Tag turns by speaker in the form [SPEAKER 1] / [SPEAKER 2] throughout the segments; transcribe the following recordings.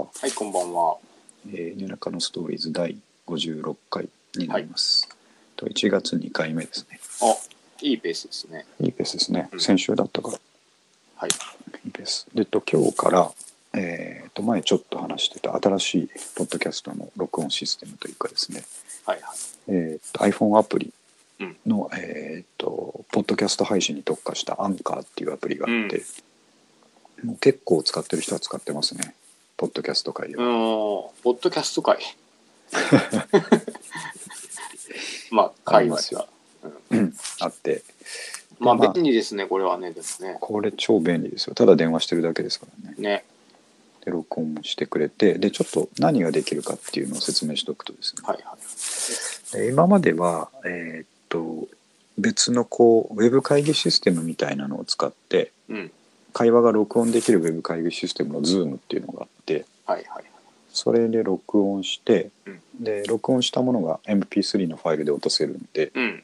[SPEAKER 1] は。
[SPEAKER 2] えー、ニュラカのストーリーズ第56回になります。と1月2回目ですね。
[SPEAKER 1] あ、いいペースですね。
[SPEAKER 2] いいペースですね
[SPEAKER 1] う。ん
[SPEAKER 2] 先週だったから、
[SPEAKER 1] はい。
[SPEAKER 2] いいペース。で、と今日から、えー、と前ちょっと話してた新しいポッドキャストの録音システムというかですね、
[SPEAKER 1] はいはい。
[SPEAKER 2] えー、と iPhone アプリの、えー、とポッドキャスト配信に特化したアンカーっていうアプリがあって、もう結構使ってる人は使ってますね。ポッドキャスト界で
[SPEAKER 1] う
[SPEAKER 2] は。
[SPEAKER 1] ーん、ポッドキャスト会。 まあ、会話ですよ。
[SPEAKER 2] あって、
[SPEAKER 1] ま
[SPEAKER 2] まあ
[SPEAKER 1] あ、便利ですね、これはね、でもね。
[SPEAKER 2] これ超便利ですよ。ただ電話してるだけですからね。
[SPEAKER 1] ね。
[SPEAKER 2] で録音もしてくれてでちょっと何ができるかっていうのを説明しておくとですね、
[SPEAKER 1] はいはい。
[SPEAKER 2] で今までは、えーっと別のこうウェブ会議システムみたいなのを使って
[SPEAKER 1] うん。
[SPEAKER 2] 会話が録音できるウェブ会議システムの Zoom っていうのがあって
[SPEAKER 1] はいはい。
[SPEAKER 2] それで録音して
[SPEAKER 1] うん
[SPEAKER 2] で録音したものが MP3 のファイルで落とせるんで
[SPEAKER 1] うん。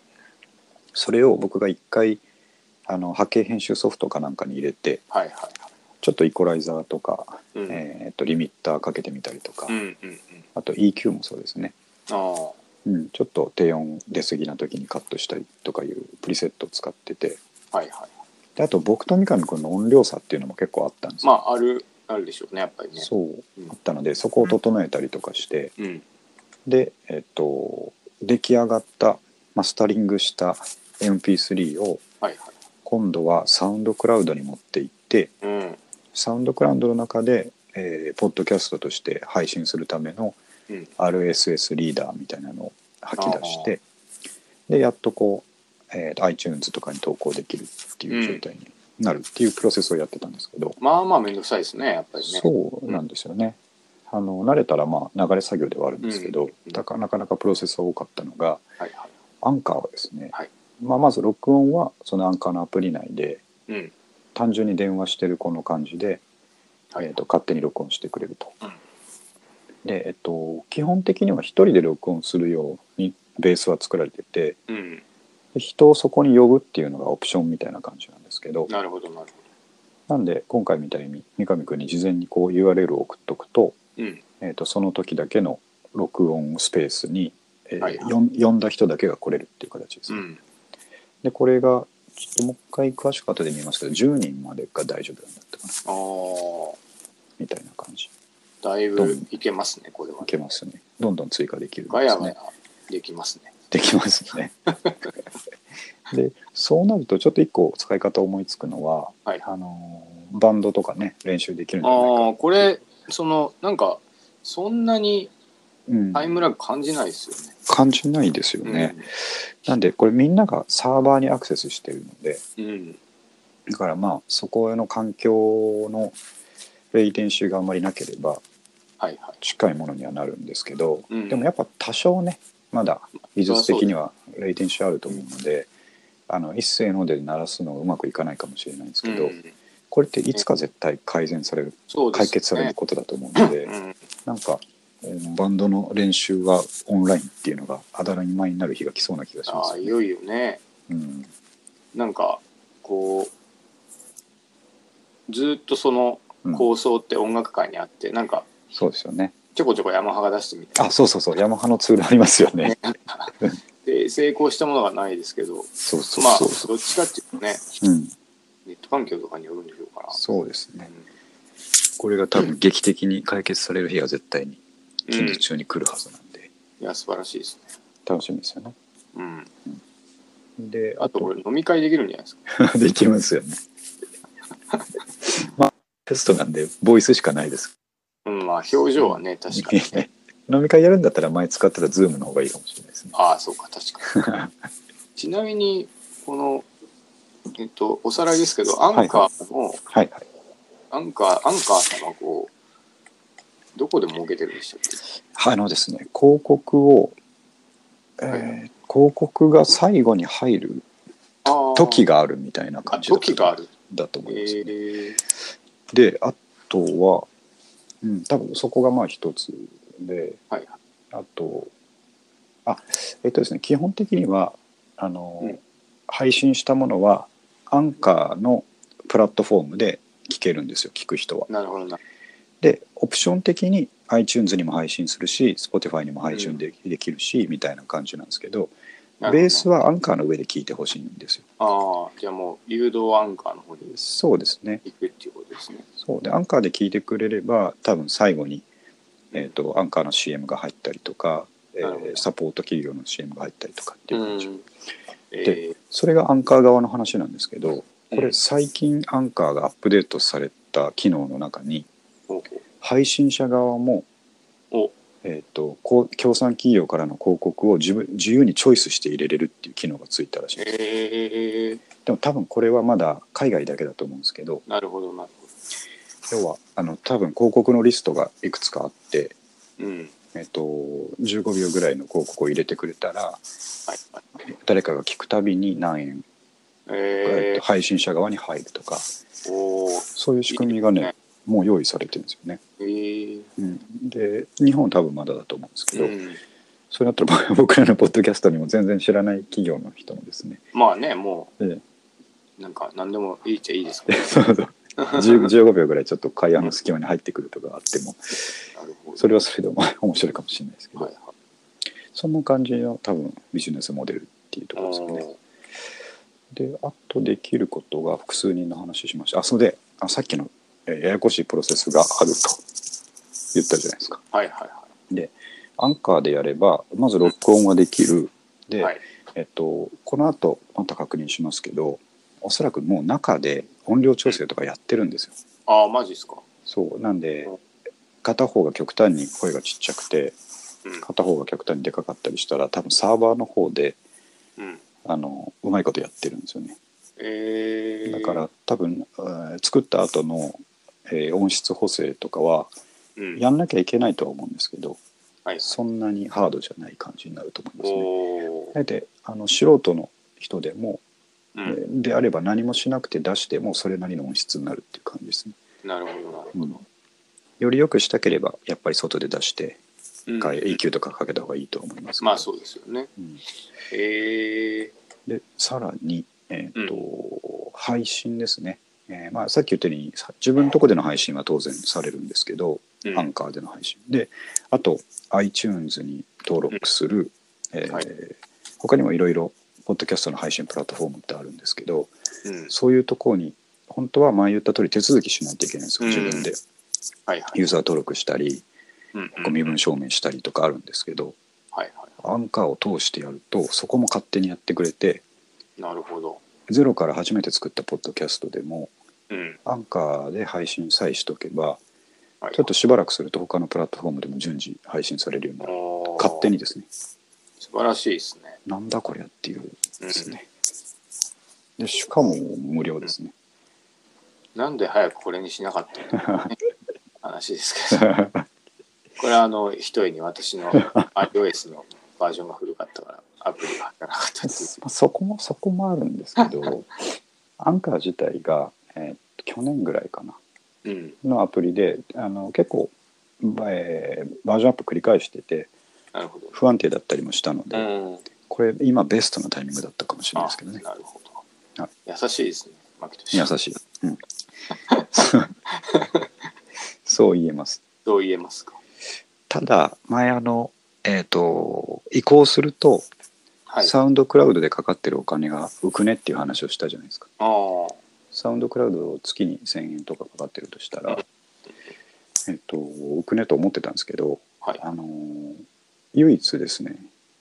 [SPEAKER 2] それを僕が一回あの波形編集ソフトかなんかに入れて
[SPEAKER 1] はいはいはい。
[SPEAKER 2] ちょっとイコライザーとか、
[SPEAKER 1] うん。
[SPEAKER 2] えーっとリミッターかけてみたりとか、
[SPEAKER 1] うんうんうん。
[SPEAKER 2] あと EQ もそうですね
[SPEAKER 1] ああ。
[SPEAKER 2] うん、ちょっと低音出過ぎな時にカットしたりとかいうプリセットを使ってて
[SPEAKER 1] はいはい。
[SPEAKER 2] であと僕と三上君の音量差っていうのも結構あったんです
[SPEAKER 1] ま
[SPEAKER 2] よ、
[SPEAKER 1] あ、ある、あるでしょうね、やっぱりね。
[SPEAKER 2] そう
[SPEAKER 1] うん
[SPEAKER 2] あったのでそこを整えたりとかして
[SPEAKER 1] うん。
[SPEAKER 2] でえっと出来上がったマスタリングした MP3 を
[SPEAKER 1] はいはい。
[SPEAKER 2] 今度はサウンドクラウドに持っていって
[SPEAKER 1] うん。
[SPEAKER 2] サウンドクラウドの中で、えーポッドキャストとして配信するための
[SPEAKER 1] うん
[SPEAKER 2] RSS リーダーみたいなのを吐き出してでやっとこう、えーと iTunes とかに投稿できるっていう状態になるっていうプロセスをやってたんですけど、
[SPEAKER 1] まあまあ、めんどくさいですね、やっぱりね。
[SPEAKER 2] そうなんですよね、あの慣れたらまあ流れ作業ではあるんですけど、
[SPEAKER 1] うんうん
[SPEAKER 2] だからなかなかプロセスが多かったのが
[SPEAKER 1] はいはい。
[SPEAKER 2] アンカーはですね、
[SPEAKER 1] はい
[SPEAKER 2] まあ、まず録音はそのアンカーのアプリ内で
[SPEAKER 1] うん。
[SPEAKER 2] 単純に電話してるこの感じで、
[SPEAKER 1] はい
[SPEAKER 2] えー、と勝手に録音してくれると。
[SPEAKER 1] うん
[SPEAKER 2] で、えっと、基本的には一人で録音するようにベースは作られてて
[SPEAKER 1] うん。
[SPEAKER 2] で人をそこに呼ぶっていうのがオプションみたいな感じなんですけど
[SPEAKER 1] なるほど、なるほ
[SPEAKER 2] なんで今回みたいに三上君に事前にこう URL を送っとくと,、
[SPEAKER 1] ど。うん。
[SPEAKER 2] えっとその時だけの録音スペースに、えー
[SPEAKER 1] はいはい
[SPEAKER 2] よん呼んだ人だけが来れるっていう形です
[SPEAKER 1] う
[SPEAKER 2] ね。
[SPEAKER 1] ん。
[SPEAKER 2] でこれがちょっともう一回詳しく後で見ますけど10人までが大丈夫なんだったかな
[SPEAKER 1] ああ。
[SPEAKER 2] みたいな感じ
[SPEAKER 1] だいぶいけますね、これは
[SPEAKER 2] 受。けますねどんどん追加できるん
[SPEAKER 1] ガ
[SPEAKER 2] で
[SPEAKER 1] ヤ
[SPEAKER 2] す
[SPEAKER 1] ガ
[SPEAKER 2] ね
[SPEAKER 1] ヤできますね。
[SPEAKER 2] できますねでそうなるとちょっと一個使い方思いつくのは
[SPEAKER 1] はい。あ
[SPEAKER 2] あのーバンドとかね練習できるん
[SPEAKER 1] あ
[SPEAKER 2] じゃないか
[SPEAKER 1] ー、これ、その、なんか、そんなに
[SPEAKER 2] うん
[SPEAKER 1] タイムラグ感じないですよね。
[SPEAKER 2] 感じないですよね、なんでこれみんながサーバーにアクセスしてるので
[SPEAKER 1] うん。うん。
[SPEAKER 2] だからまあそこへの環境のレイテンシーがあんまりなければ
[SPEAKER 1] はいはい。
[SPEAKER 2] 近いものにはなるんですけど、
[SPEAKER 1] うん
[SPEAKER 2] でもやっぱ多少ねまだ技術的にはレイテンシーあると思うので、あの一斉ので鳴らすのがうまくいかないかもしれないんですけど、
[SPEAKER 1] うん
[SPEAKER 2] これっていつか絶対改善される、
[SPEAKER 1] そうですね。
[SPEAKER 2] 解決されることだと思うので、
[SPEAKER 1] うん。
[SPEAKER 2] なんかうんバンドの練習はオンラインっていうのがあだらに前になる日が来そうな気がしま
[SPEAKER 1] ああ、
[SPEAKER 2] す、
[SPEAKER 1] い
[SPEAKER 2] ね
[SPEAKER 1] よいよね。
[SPEAKER 2] うん、
[SPEAKER 1] なんか、こう、ずーっとその
[SPEAKER 2] うん
[SPEAKER 1] 構想って音楽界にあって、なんか、
[SPEAKER 2] そうですよね
[SPEAKER 1] ちょこちょこヤマハが出してみたい
[SPEAKER 2] あそうそうそうヤマハのツールありますよね
[SPEAKER 1] ねで、成功したものがないですけど、
[SPEAKER 2] そうそう
[SPEAKER 1] まあ、
[SPEAKER 2] そ
[SPEAKER 1] ど
[SPEAKER 2] う
[SPEAKER 1] っちかっていうとね、
[SPEAKER 2] う、ん、
[SPEAKER 1] ネット環境とかによるんでしょうから。
[SPEAKER 2] そうですね
[SPEAKER 1] う
[SPEAKER 2] これが多分劇的に解決される日が絶対に
[SPEAKER 1] ん
[SPEAKER 2] 近
[SPEAKER 1] うん
[SPEAKER 2] 日中に来るはずなんで、
[SPEAKER 1] いや、素晴らしいですね。
[SPEAKER 2] 楽しみですよね
[SPEAKER 1] うん。
[SPEAKER 2] で
[SPEAKER 1] あと、これ飲み会できるんじゃないです か。
[SPEAKER 2] できます よね。まあ、テストなんで、ボイスしかないです。
[SPEAKER 1] うん、まあ、表情はね、確かにね。
[SPEAKER 2] 飲み会やるんだったら、前使ってたズームの方がいいかもしれないですね。
[SPEAKER 1] ああ、そうか、確か に。ちなみに、この、えっと、おさらいですけど、アンカーも、
[SPEAKER 2] はいはい。
[SPEAKER 1] アンカー、アンカーさんはこう、どこで儲けてるんでしたっけ
[SPEAKER 2] あのですね、広告を、えー
[SPEAKER 1] はい
[SPEAKER 2] 広告が最後に入る
[SPEAKER 1] ああ。
[SPEAKER 2] 時があるみたいな
[SPEAKER 1] あ、
[SPEAKER 2] 感じだ
[SPEAKER 1] 時がある。
[SPEAKER 2] だと思います、ね
[SPEAKER 1] ええ
[SPEAKER 2] で、あとは、うん、多分そこがまあ一つで、
[SPEAKER 1] はい。
[SPEAKER 2] あと、あ、えっとですね、基本的には、あの、
[SPEAKER 1] うん
[SPEAKER 2] 配信したものは、アンカーのプラットフォームで聞けるんですよ、聞く人は。
[SPEAKER 1] なるほどな。
[SPEAKER 2] で、オプション的に iTunes にも配信するし Spotify にも配信で,、できるしみたいな感じなんですけど
[SPEAKER 1] なるほど
[SPEAKER 2] ベースはアンカーの上で聞いてほしいんですよ。
[SPEAKER 1] ああ、じゃあもう、誘導アンカーの方に
[SPEAKER 2] そうですね
[SPEAKER 1] 行くっていうことですね。
[SPEAKER 2] そうでアンカーで聞いてくれれば多分最後に、えー、とアンカーの CM が入ったりとか、えー
[SPEAKER 1] なるほど
[SPEAKER 2] サポート企業の CM が入ったりとかっていう感じ、
[SPEAKER 1] うん。え
[SPEAKER 2] それがアンカー側の話なんですけど
[SPEAKER 1] ー、
[SPEAKER 2] これ最近アンカーがアップデートされた機能の中に
[SPEAKER 1] おう
[SPEAKER 2] 配信者側も、
[SPEAKER 1] お
[SPEAKER 2] えー、とこう協賛企業からの広告を自分自由にチョイスして入れれるっていう機能がついたらしいんです
[SPEAKER 1] えー、
[SPEAKER 2] でも多分これはまだ海外だけだと思うんですけど
[SPEAKER 1] なるほど、なる
[SPEAKER 2] 要はあの多分広告のリストがいくつかあって、
[SPEAKER 1] ほど。うん。
[SPEAKER 2] えー、と15秒ぐらいの広告を入れてくれたら
[SPEAKER 1] はい、はい。
[SPEAKER 2] 誰かが聞くたびに何円、えー
[SPEAKER 1] え
[SPEAKER 2] と配信者側に入るとか
[SPEAKER 1] ー、おお。
[SPEAKER 2] そういう仕組みがねもう用意されてるんですよね。
[SPEAKER 1] えー、
[SPEAKER 2] うん、で日本多分まだだと思うんですけど、
[SPEAKER 1] うん。
[SPEAKER 2] それだったら僕らのポッドキャストにも全然知らない企業の人もですね、
[SPEAKER 1] まあね、も
[SPEAKER 2] ええ
[SPEAKER 1] う、なんか、何でもいいっちゃいいです けど。
[SPEAKER 2] そうそう10 15秒ぐらいちょっと会話の隙間に入ってくるとかあっても
[SPEAKER 1] なるほど。
[SPEAKER 2] それはそれでも面白いかもしれないですけど、
[SPEAKER 1] はいはい。
[SPEAKER 2] そんな感じの多分ビジネスモデルっていうところですかね。
[SPEAKER 1] おー
[SPEAKER 2] であとできることが複数人の話しましたあそれであさっきのえーややこしいプロセスがあると言ったじゃないですか。
[SPEAKER 1] はいはいは
[SPEAKER 2] アンカーでやればまず録音ができる
[SPEAKER 1] い。
[SPEAKER 2] で、
[SPEAKER 1] はい。
[SPEAKER 2] えっと、この後また確認しますけどおそらくもう中で音量調整とかやってるんですよ。
[SPEAKER 1] ああ、マジっすか。
[SPEAKER 2] そうなんで
[SPEAKER 1] うん
[SPEAKER 2] 片方が極端に声がちっちゃくて
[SPEAKER 1] うん。
[SPEAKER 2] 片方が極端にでかかったりしたら多分サーバーの方で
[SPEAKER 1] うん。
[SPEAKER 2] あのうまいことやってるんですよね。
[SPEAKER 1] えー、
[SPEAKER 2] だか、ら多分えー作った後のえー音質補正とかは
[SPEAKER 1] うん、
[SPEAKER 2] やんなきゃいけないとは思うんですけど
[SPEAKER 1] はいはい。
[SPEAKER 2] そんなにハードじゃない感じになると思いますね。
[SPEAKER 1] おー
[SPEAKER 2] 大体あの素人の人でも
[SPEAKER 1] う
[SPEAKER 2] え
[SPEAKER 1] ん。
[SPEAKER 2] ーであれば何もしなくて出してもそれなりの音質になるっていう感じですね。
[SPEAKER 1] なるほど、なるほ
[SPEAKER 2] うんより良くしたければやっぱり外で出して
[SPEAKER 1] ど。うん
[SPEAKER 2] 一回 EQ とかかけた方がいいと思いますけど、
[SPEAKER 1] まあそうですよね。
[SPEAKER 2] うん
[SPEAKER 1] え
[SPEAKER 2] でさらに、えーと配信ですね、えーまあ、さっき言ったようにさ自分のとこでの配信は当然されるんですけど、
[SPEAKER 1] ー、
[SPEAKER 2] アンカーでの配信であと iTunes に登録する、えー
[SPEAKER 1] はい
[SPEAKER 2] 他にもいろいろポッドキャストの配信プラットフォームってあるんですけど、
[SPEAKER 1] うん。
[SPEAKER 2] そういうところに、本当は前言った通り手続きしないといけないんですよ、
[SPEAKER 1] うん
[SPEAKER 2] 自分で。
[SPEAKER 1] はいはい。
[SPEAKER 2] ユーザー登録したり、
[SPEAKER 1] うんうん
[SPEAKER 2] ご身分証明したりとかあるんですけど、
[SPEAKER 1] はいは
[SPEAKER 2] アンカーを通してやると、そこも勝手にやってくれて、
[SPEAKER 1] い。なるほど。
[SPEAKER 2] ゼロから初めて作ったポッドキャストでも、
[SPEAKER 1] うん。
[SPEAKER 2] アンカーで配信さえしとけば、
[SPEAKER 1] はい、
[SPEAKER 2] ちょっとしばらくすると他のプラットフォームでも順次配信されるようになる。
[SPEAKER 1] と
[SPEAKER 2] 勝手に。ですね。
[SPEAKER 1] 素晴らしいですね。
[SPEAKER 2] なんだこりゃっていうですね。で、しかも無料ですね。
[SPEAKER 1] なんで早くこれにしなかったの か、ね、話ですけど。これはあの、ひとえに私の iOS のバージョンが古かったから、アプリが入らなかったです。
[SPEAKER 2] まあそこもそこもあるんですけどアンカー自体が、えー去年ぐらいかな
[SPEAKER 1] うん。
[SPEAKER 2] のアプリであの結構、えーバージョンアップ繰り返してて
[SPEAKER 1] なるほど。
[SPEAKER 2] 不安定だったりもしたので、
[SPEAKER 1] うん。
[SPEAKER 2] これ今ベストなタイミングだったかもしれない
[SPEAKER 1] あ
[SPEAKER 2] ですけどね
[SPEAKER 1] なるほど
[SPEAKER 2] は。
[SPEAKER 1] 優しいですね、マキトシ
[SPEAKER 2] 優しい、うん、 そう言えます
[SPEAKER 1] どう言えますか
[SPEAKER 2] ただ前あのえっ、と移行すると、
[SPEAKER 1] はい。
[SPEAKER 2] サウンドクラウドでかかってるお金が浮くねっていう話をしたじゃないですか
[SPEAKER 1] ああ。
[SPEAKER 2] サウンドクラウドを月に1,000円とかかかってるとしたら、えっと、浮くねと思ってたんですけど、
[SPEAKER 1] はい。
[SPEAKER 2] あのー唯一ですね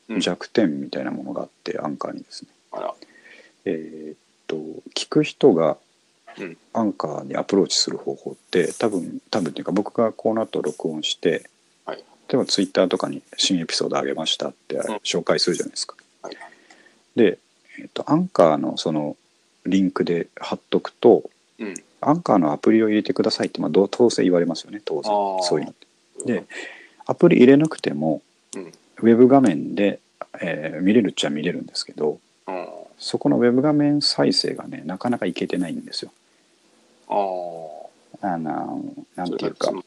[SPEAKER 1] うん
[SPEAKER 2] 弱点みたいなものがあって、アンカーにですね、
[SPEAKER 1] あら。
[SPEAKER 2] えーっと聞く人が
[SPEAKER 1] うん
[SPEAKER 2] アンカーにアプローチする方法って多分多分っていうか僕がこの後録音して、
[SPEAKER 1] はい
[SPEAKER 2] 例えばツイッターとかに新エピソードあげましたって紹介するじゃないですか。
[SPEAKER 1] はい。
[SPEAKER 2] で、えっとアンカーのそのリンクで貼っとくと、
[SPEAKER 1] うん。
[SPEAKER 2] アンカーのアプリを入れてくださいって、まあ、どう当然言われますよね当然
[SPEAKER 1] あー
[SPEAKER 2] そういうのってでアプリ入れなくても、
[SPEAKER 1] うん
[SPEAKER 2] ウェブ画面で、えー見れるっちゃ見れるんですけど
[SPEAKER 1] うん。
[SPEAKER 2] そこのウェブ画面再生がねなかなかいけてないんですよ
[SPEAKER 1] ああ。
[SPEAKER 2] あのなんていうか
[SPEAKER 1] それがつま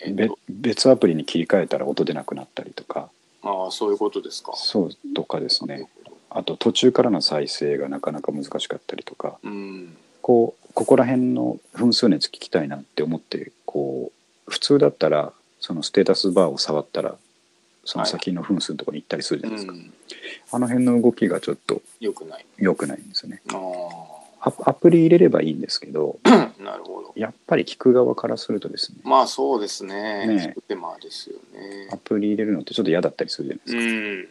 [SPEAKER 1] えっ
[SPEAKER 2] べ
[SPEAKER 1] と、
[SPEAKER 2] 別アプリに切り替えたら音出なくなったりとか
[SPEAKER 1] ああ、そういうことですか。
[SPEAKER 2] そうとかです
[SPEAKER 1] なる
[SPEAKER 2] ね
[SPEAKER 1] ほど
[SPEAKER 2] あと途中からの再生がなかなか難しかったりとか
[SPEAKER 1] うん。
[SPEAKER 2] こうここら辺の分数熱聞きたいなって思ってこう普通だったらそのステータスバーを触ったらその先の分数のところに行ったりするじ
[SPEAKER 1] う
[SPEAKER 2] ゃないですか、
[SPEAKER 1] ん、
[SPEAKER 2] あの辺の動きがちょっと
[SPEAKER 1] よくない。
[SPEAKER 2] 良くないんですよね
[SPEAKER 1] あ
[SPEAKER 2] アアプリ入れればいいんですけど
[SPEAKER 1] あ、なるほど。
[SPEAKER 2] やっぱり聞く側からするとですね
[SPEAKER 1] まあそうですね。
[SPEAKER 2] ねえ
[SPEAKER 1] そういう手間ですよね
[SPEAKER 2] ア。プリ入れるのってちょっと嫌だったりするじゃないです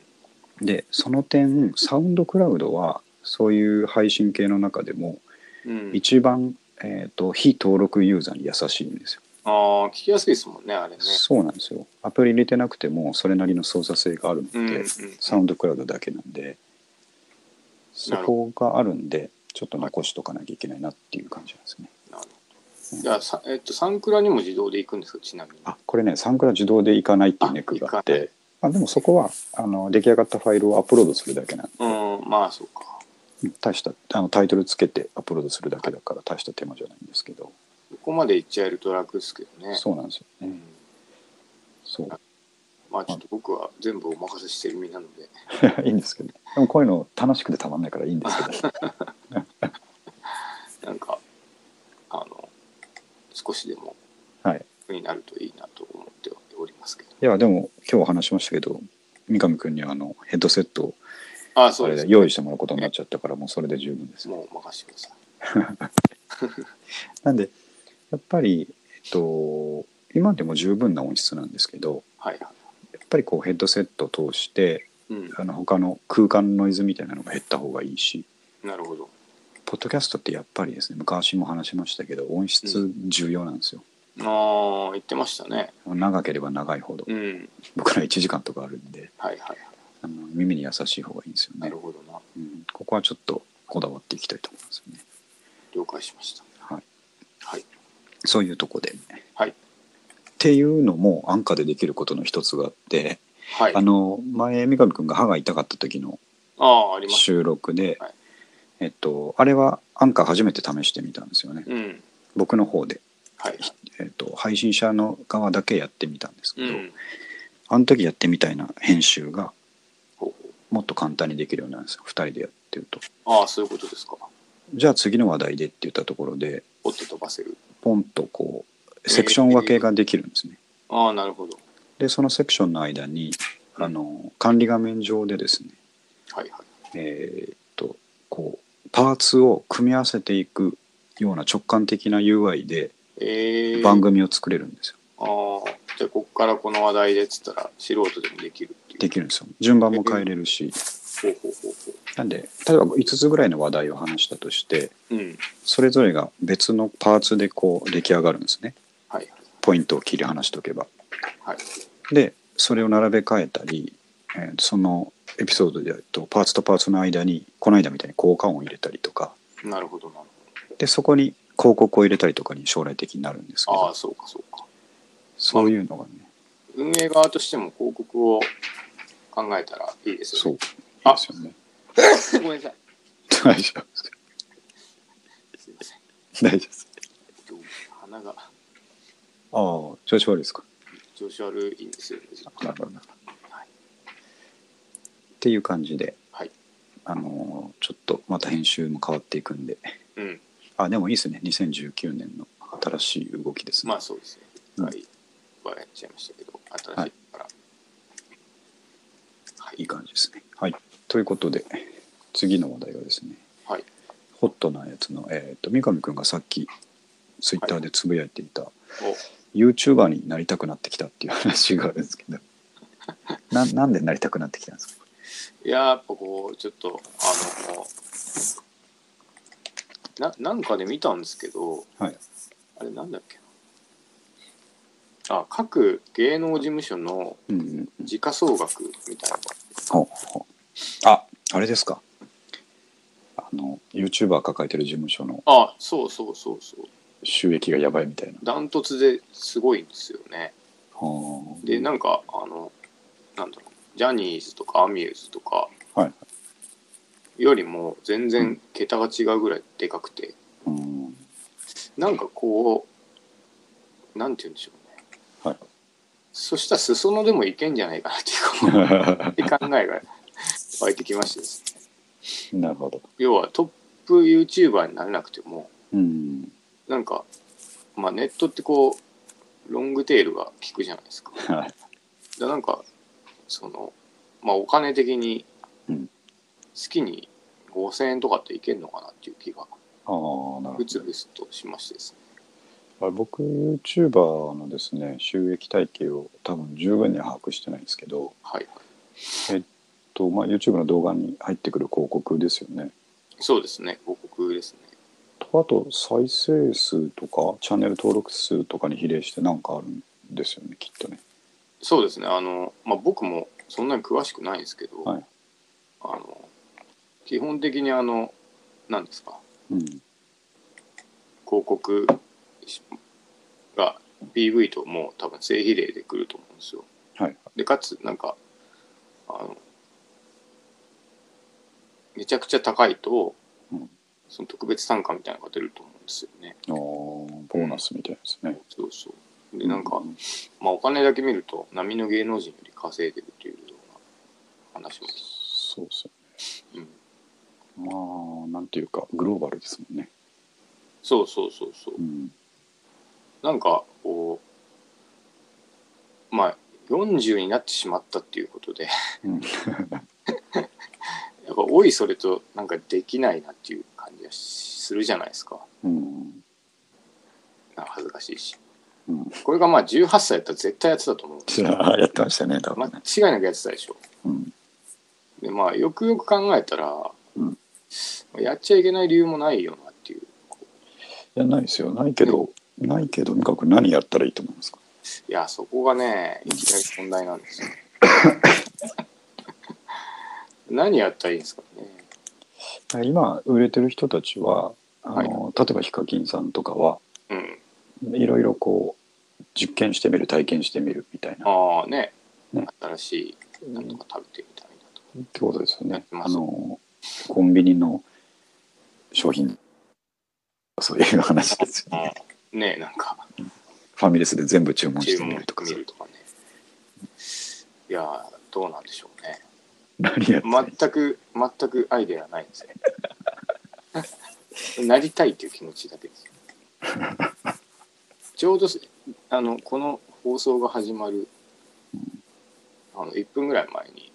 [SPEAKER 1] う
[SPEAKER 2] か、
[SPEAKER 1] ん。
[SPEAKER 2] でその点サウンドクラウドはそういう配信系の中でも
[SPEAKER 1] うん、
[SPEAKER 2] 一番、えー、と非登録ユーザーに優しいんですよ、
[SPEAKER 1] ああ、聞きやすいですもんね、あれね。
[SPEAKER 2] そうなんですよアプリ入れてなくてもそれなりの操作性があるので、
[SPEAKER 1] うんうん
[SPEAKER 2] サウンドクラウドだけなんでそこがあるんでちょっと残しとかなきゃいけないなっていう感じなんですね
[SPEAKER 1] なるほど。じゃあ、さえっと、サンクラにも自動で行くんですか、ちなみに。
[SPEAKER 2] あこれねサンクラ自動でいかないっていうネックがあっ
[SPEAKER 1] あいか
[SPEAKER 2] てまあ、でもそこはあの出来上がったファイルをアップロードするだけなんで
[SPEAKER 1] うん、まあそうか。
[SPEAKER 2] 大したあのタイトルつけてアップロードするだけだから大した手間じゃないんですけど、
[SPEAKER 1] ここまで行っちゃえると楽ですけどね。
[SPEAKER 2] そうなんですよ
[SPEAKER 1] う
[SPEAKER 2] ね
[SPEAKER 1] ん。
[SPEAKER 2] そう
[SPEAKER 1] まあちょっと僕は全部お任せしてる身なので。
[SPEAKER 2] いいんですけどでもこういうの楽しくてたまんないからいいんですけ ど
[SPEAKER 1] なんか、あの、少しでも、
[SPEAKER 2] はい。
[SPEAKER 1] になるといいなと思っておりますけど。
[SPEAKER 2] いやでも今日話しましたけど三上君にはあのヘッドセットを
[SPEAKER 1] あ、そ
[SPEAKER 2] そうれ
[SPEAKER 1] です
[SPEAKER 2] で。用意してもらうことになっちゃったからもうそれで十分です
[SPEAKER 1] もうお任せください。
[SPEAKER 2] なんでやっぱりえっと今でも十分な音質なんですけど
[SPEAKER 1] はいはい。
[SPEAKER 2] やっぱりこうヘッドセットを通して
[SPEAKER 1] うん、
[SPEAKER 2] あの他の空間ノイズみたいなのが減った方がいいし
[SPEAKER 1] なるほど。
[SPEAKER 2] ポッドキャストってやっぱりですね昔も話しましたけど音質重要なんですよ、
[SPEAKER 1] ああ、言ってましたね。
[SPEAKER 2] 長ければ長いほど、
[SPEAKER 1] うん。
[SPEAKER 2] 僕ら1時間とかあるんで
[SPEAKER 1] はいはい。
[SPEAKER 2] あの耳に優しい方がいいんですよ
[SPEAKER 1] な
[SPEAKER 2] ね
[SPEAKER 1] る、ほどな。
[SPEAKER 2] うん、ここはちょっとこだわっていきたいと思いますよね
[SPEAKER 1] 了解しました。
[SPEAKER 2] はい
[SPEAKER 1] はい。
[SPEAKER 2] そういうとこで
[SPEAKER 1] はい
[SPEAKER 2] っていうのも安価でできることの一つがあって、
[SPEAKER 1] はい。
[SPEAKER 2] あ
[SPEAKER 1] あ
[SPEAKER 2] の前三上くんが歯が痛かった時の
[SPEAKER 1] あー、あります。
[SPEAKER 2] 収録で、
[SPEAKER 1] はい
[SPEAKER 2] えっと、あれはアンカー初めて試してみたんですよね、
[SPEAKER 1] うん。
[SPEAKER 2] 僕の方で、
[SPEAKER 1] はい。
[SPEAKER 2] えっと、配信者の側だけやってみたんですけ
[SPEAKER 1] う
[SPEAKER 2] ど、
[SPEAKER 1] ん。
[SPEAKER 2] あの時やってみたいな編集が
[SPEAKER 1] ほうほう
[SPEAKER 2] もっと簡単にできるようになるんですよ2人でやってると。
[SPEAKER 1] ああ、そういうことですか。
[SPEAKER 2] じゃあ次の話題でって言ったところで
[SPEAKER 1] ポッと飛ばせる。
[SPEAKER 2] ポンとこうセクション分けができるんですね。
[SPEAKER 1] ああ、なるほど。
[SPEAKER 2] でそのセクションの間にあの管理画面上でですね
[SPEAKER 1] はいはい。
[SPEAKER 2] えーっとこうパーツを組み合わせていくような直感的な UI で
[SPEAKER 1] ええ
[SPEAKER 2] 番組を作れるんですよ。
[SPEAKER 1] ああ、じゃあ、こっからこの話題でっつったら、素人でもできるっていう。
[SPEAKER 2] できるんですよ。順番も変えれるし
[SPEAKER 1] ほうほうほうほ
[SPEAKER 2] なんで例えば5つぐらいの話題を話したとして
[SPEAKER 1] う。うん。
[SPEAKER 2] それぞれが別のパーツでこう出来上がるんですね
[SPEAKER 1] はい
[SPEAKER 2] ポイントを切り離しておけば。
[SPEAKER 1] はい。
[SPEAKER 2] でそれを並べ替えたり、えーそのエピソードでやるとパーツとパーツの間にこの間みたいに効果音を入れたりとか
[SPEAKER 1] なるほどなる
[SPEAKER 2] でそこに広告を入れたりとかに将来的になるんですけ
[SPEAKER 1] ほど。ああ、
[SPEAKER 2] ど
[SPEAKER 1] そうかそうか。
[SPEAKER 2] そういうのがね
[SPEAKER 1] 運営側としても広告を考えたらいいです
[SPEAKER 2] そう
[SPEAKER 1] よね。
[SPEAKER 2] いいですよね。
[SPEAKER 1] そう。ごめんなさい。
[SPEAKER 2] 大丈夫です
[SPEAKER 1] すいません。
[SPEAKER 2] 大丈夫です。
[SPEAKER 1] 今日鼻が
[SPEAKER 2] ああ調子悪いですか。
[SPEAKER 1] 調子悪いんですよね。
[SPEAKER 2] なるほどなるほど
[SPEAKER 1] はい
[SPEAKER 2] っていう感じで、
[SPEAKER 1] はい
[SPEAKER 2] あのーちょっとまた編集も変わっていくんで
[SPEAKER 1] うん。
[SPEAKER 2] あでもいいですね2019年の新しい動きですね。
[SPEAKER 1] まあそうですね。
[SPEAKER 2] うん
[SPEAKER 1] はい。はやっちゃいましたけど、新しいから。はい
[SPEAKER 2] い
[SPEAKER 1] い。
[SPEAKER 2] 感じですね。はい、ということで次の話題はですね
[SPEAKER 1] はい。
[SPEAKER 2] ホットなやつの、えー、と三上くんがさっきツイッターでつぶやいていた、YouTuber になりたくなってきたっていう話があるんです けどななんでなりたくなってきたんですか
[SPEAKER 1] おいやー、やっぱこう、ちょっと、あの、ななんかで見たんですけど、
[SPEAKER 2] はい
[SPEAKER 1] あれなんだっけな。あ、各芸能事務所の
[SPEAKER 2] うんうん
[SPEAKER 1] 時価総額みたいな。
[SPEAKER 2] ほうほうああれですかあの YouTuber 抱えてる事務所の
[SPEAKER 1] あ、そうそうそうそう。
[SPEAKER 2] 収益がやばいみたいな
[SPEAKER 1] ダントツですごいんですよね。
[SPEAKER 2] はあ
[SPEAKER 1] で、なんか、あの、なんだろう、ジャニーズとかアミューズとか、
[SPEAKER 2] はいは
[SPEAKER 1] よりも全然桁が違うぐらいでかくて、
[SPEAKER 2] うん
[SPEAKER 1] なんかこう、なんて言うんでしょうね。
[SPEAKER 2] はい
[SPEAKER 1] そしたら裾野でもいけんじゃないかなっていう考えが湧いてきましてですね。
[SPEAKER 2] なるほど
[SPEAKER 1] 要はトップ YouTuber になれなくても、
[SPEAKER 2] うん
[SPEAKER 1] なんか、まあ、ネットってこうロングテールが効くじゃないですか。
[SPEAKER 2] はい
[SPEAKER 1] でなんかそのまあお金的に
[SPEAKER 2] うん
[SPEAKER 1] 月に5,000円とかっていけるのかなっていう気が
[SPEAKER 2] ああなるほ
[SPEAKER 1] ぐつ
[SPEAKER 2] ど
[SPEAKER 1] ぐつとしましてですね。
[SPEAKER 2] あれ僕 YouTuber のですね収益体系を多分十分には把握してないんですけど、
[SPEAKER 1] はい、
[SPEAKER 2] とまあ、YouTube の動画に入ってくる広告ですよね
[SPEAKER 1] そうですね報告ですね。
[SPEAKER 2] とあと再生数とかチャンネル登録数とかに比例してなんかあるんですよねきっとね
[SPEAKER 1] そうですねあの、まあ、僕もそんなに詳しくないんですけど、
[SPEAKER 2] はい
[SPEAKER 1] あの基本的にあの何ですか
[SPEAKER 2] うん
[SPEAKER 1] 広告が PV ともう多分正比例で来ると思うんですよ。
[SPEAKER 2] はい
[SPEAKER 1] でかつなんかあのめちゃくちゃ高いと、
[SPEAKER 2] うん
[SPEAKER 1] その特別単価みたいなのが出ると思うんですよね。
[SPEAKER 2] あーボーナスみたいですね、
[SPEAKER 1] そうそうでなんか、
[SPEAKER 2] うん
[SPEAKER 1] まあ、お金だけ見ると波の芸能人より稼いでるっていうような話も、
[SPEAKER 2] そうです
[SPEAKER 1] うん、
[SPEAKER 2] よまあなんていうかグローバルですもんね
[SPEAKER 1] そうそうそうそう
[SPEAKER 2] うん
[SPEAKER 1] なんかこうまあ40になってしまったっていうことで
[SPEAKER 2] うん
[SPEAKER 1] やっぱおいそれとなんかできないなっていう感じがするじゃないですか
[SPEAKER 2] うん
[SPEAKER 1] なんか恥ずかしいし
[SPEAKER 2] うん
[SPEAKER 1] これがまあ18歳だったら絶対やってたと思う
[SPEAKER 2] じゃあ やってましたね多
[SPEAKER 1] 間
[SPEAKER 2] 分ね、
[SPEAKER 1] 違いなくやってたでしょ
[SPEAKER 2] うん、
[SPEAKER 1] でまあよくよく考えたら、
[SPEAKER 2] うん
[SPEAKER 1] やっちゃいけない理由もないよなっていう
[SPEAKER 2] いやないですよないけど、ないけど美香君何やったらいいと思いますか
[SPEAKER 1] いやそこがねいきなり問題なんで すよ何やったらいいんですかね
[SPEAKER 2] 今売れてる人たちはあの、例えばヒカキンさんとかは
[SPEAKER 1] うん
[SPEAKER 2] いろいろこう実験してみる体験してみるみたいなっ
[SPEAKER 1] ああね
[SPEAKER 2] ね
[SPEAKER 1] 新しいなんとか食べてみたいなとか、
[SPEAKER 2] てことですよ
[SPEAKER 1] やっ
[SPEAKER 2] ね
[SPEAKER 1] てま
[SPEAKER 2] あ
[SPEAKER 1] す
[SPEAKER 2] のコンビニの商品そういう話です よね
[SPEAKER 1] ねなんか
[SPEAKER 2] ファミレスで全部注文し
[SPEAKER 1] 注
[SPEAKER 2] てみ
[SPEAKER 1] 文
[SPEAKER 2] るとか
[SPEAKER 1] 見るとかねいやーどうなんでしょうね
[SPEAKER 2] 何やって、
[SPEAKER 1] 全く全くアイデアないんですよなりたいっていう気持ちだけ ですちょうどすあのこの放送が始まるあの1分ぐらい前に、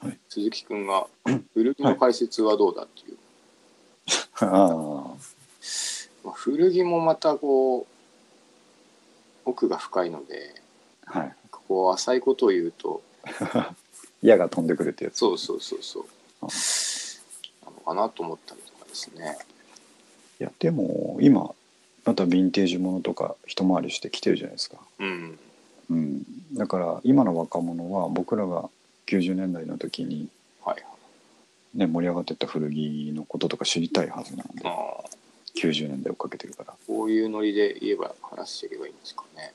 [SPEAKER 2] はい
[SPEAKER 1] 鈴木くんが「古着の解説はどうだ?」っていう、
[SPEAKER 2] あ
[SPEAKER 1] まあ古着もまたこう奥が深いので
[SPEAKER 2] あはい
[SPEAKER 1] こう浅いことを言うと
[SPEAKER 2] 矢が飛んでくるってやつ
[SPEAKER 1] そうそうそうそう
[SPEAKER 2] あ
[SPEAKER 1] なのかなと思ったりとかですね
[SPEAKER 2] いやでも今またヴィンテージものとか一回りしてきてるじゃないですか
[SPEAKER 1] うん
[SPEAKER 2] うん、だから今の若者は僕らが90年代の時に、
[SPEAKER 1] はいはい
[SPEAKER 2] ね、盛り上がってった古着のこととか知りたいはずなんで
[SPEAKER 1] まあ
[SPEAKER 2] 90年代追っかけてるから
[SPEAKER 1] こういうノリで言えば話していけばいいんですかね。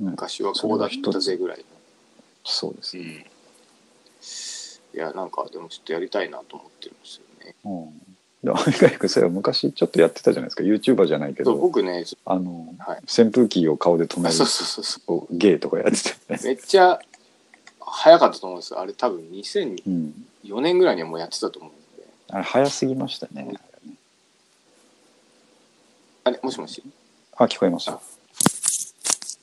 [SPEAKER 2] なんか
[SPEAKER 1] 昔はこうだったぜぐらい
[SPEAKER 2] そうです
[SPEAKER 1] の。
[SPEAKER 2] ね、
[SPEAKER 1] いや、なんかでもちょっとやりたいなと思ってるんですよね。
[SPEAKER 2] うん、でアメリカ行く際は昔ちょっとやってたじゃないですか YouTuber じゃないけ
[SPEAKER 1] そう
[SPEAKER 2] ど
[SPEAKER 1] 僕ね、ちょ
[SPEAKER 2] あの、
[SPEAKER 1] はい
[SPEAKER 2] 扇風機を顔で止め
[SPEAKER 1] あ
[SPEAKER 2] る
[SPEAKER 1] そうそうそうそ
[SPEAKER 2] こうゲーとかやってたよね
[SPEAKER 1] う。めっちゃ早かったと思うんですよ。あれ多分2004
[SPEAKER 2] うん
[SPEAKER 1] 年ぐらいにはもうやってたと思うんで。
[SPEAKER 2] あれ早すぎましたね
[SPEAKER 1] あれ、もしもし。
[SPEAKER 2] あ聞こえました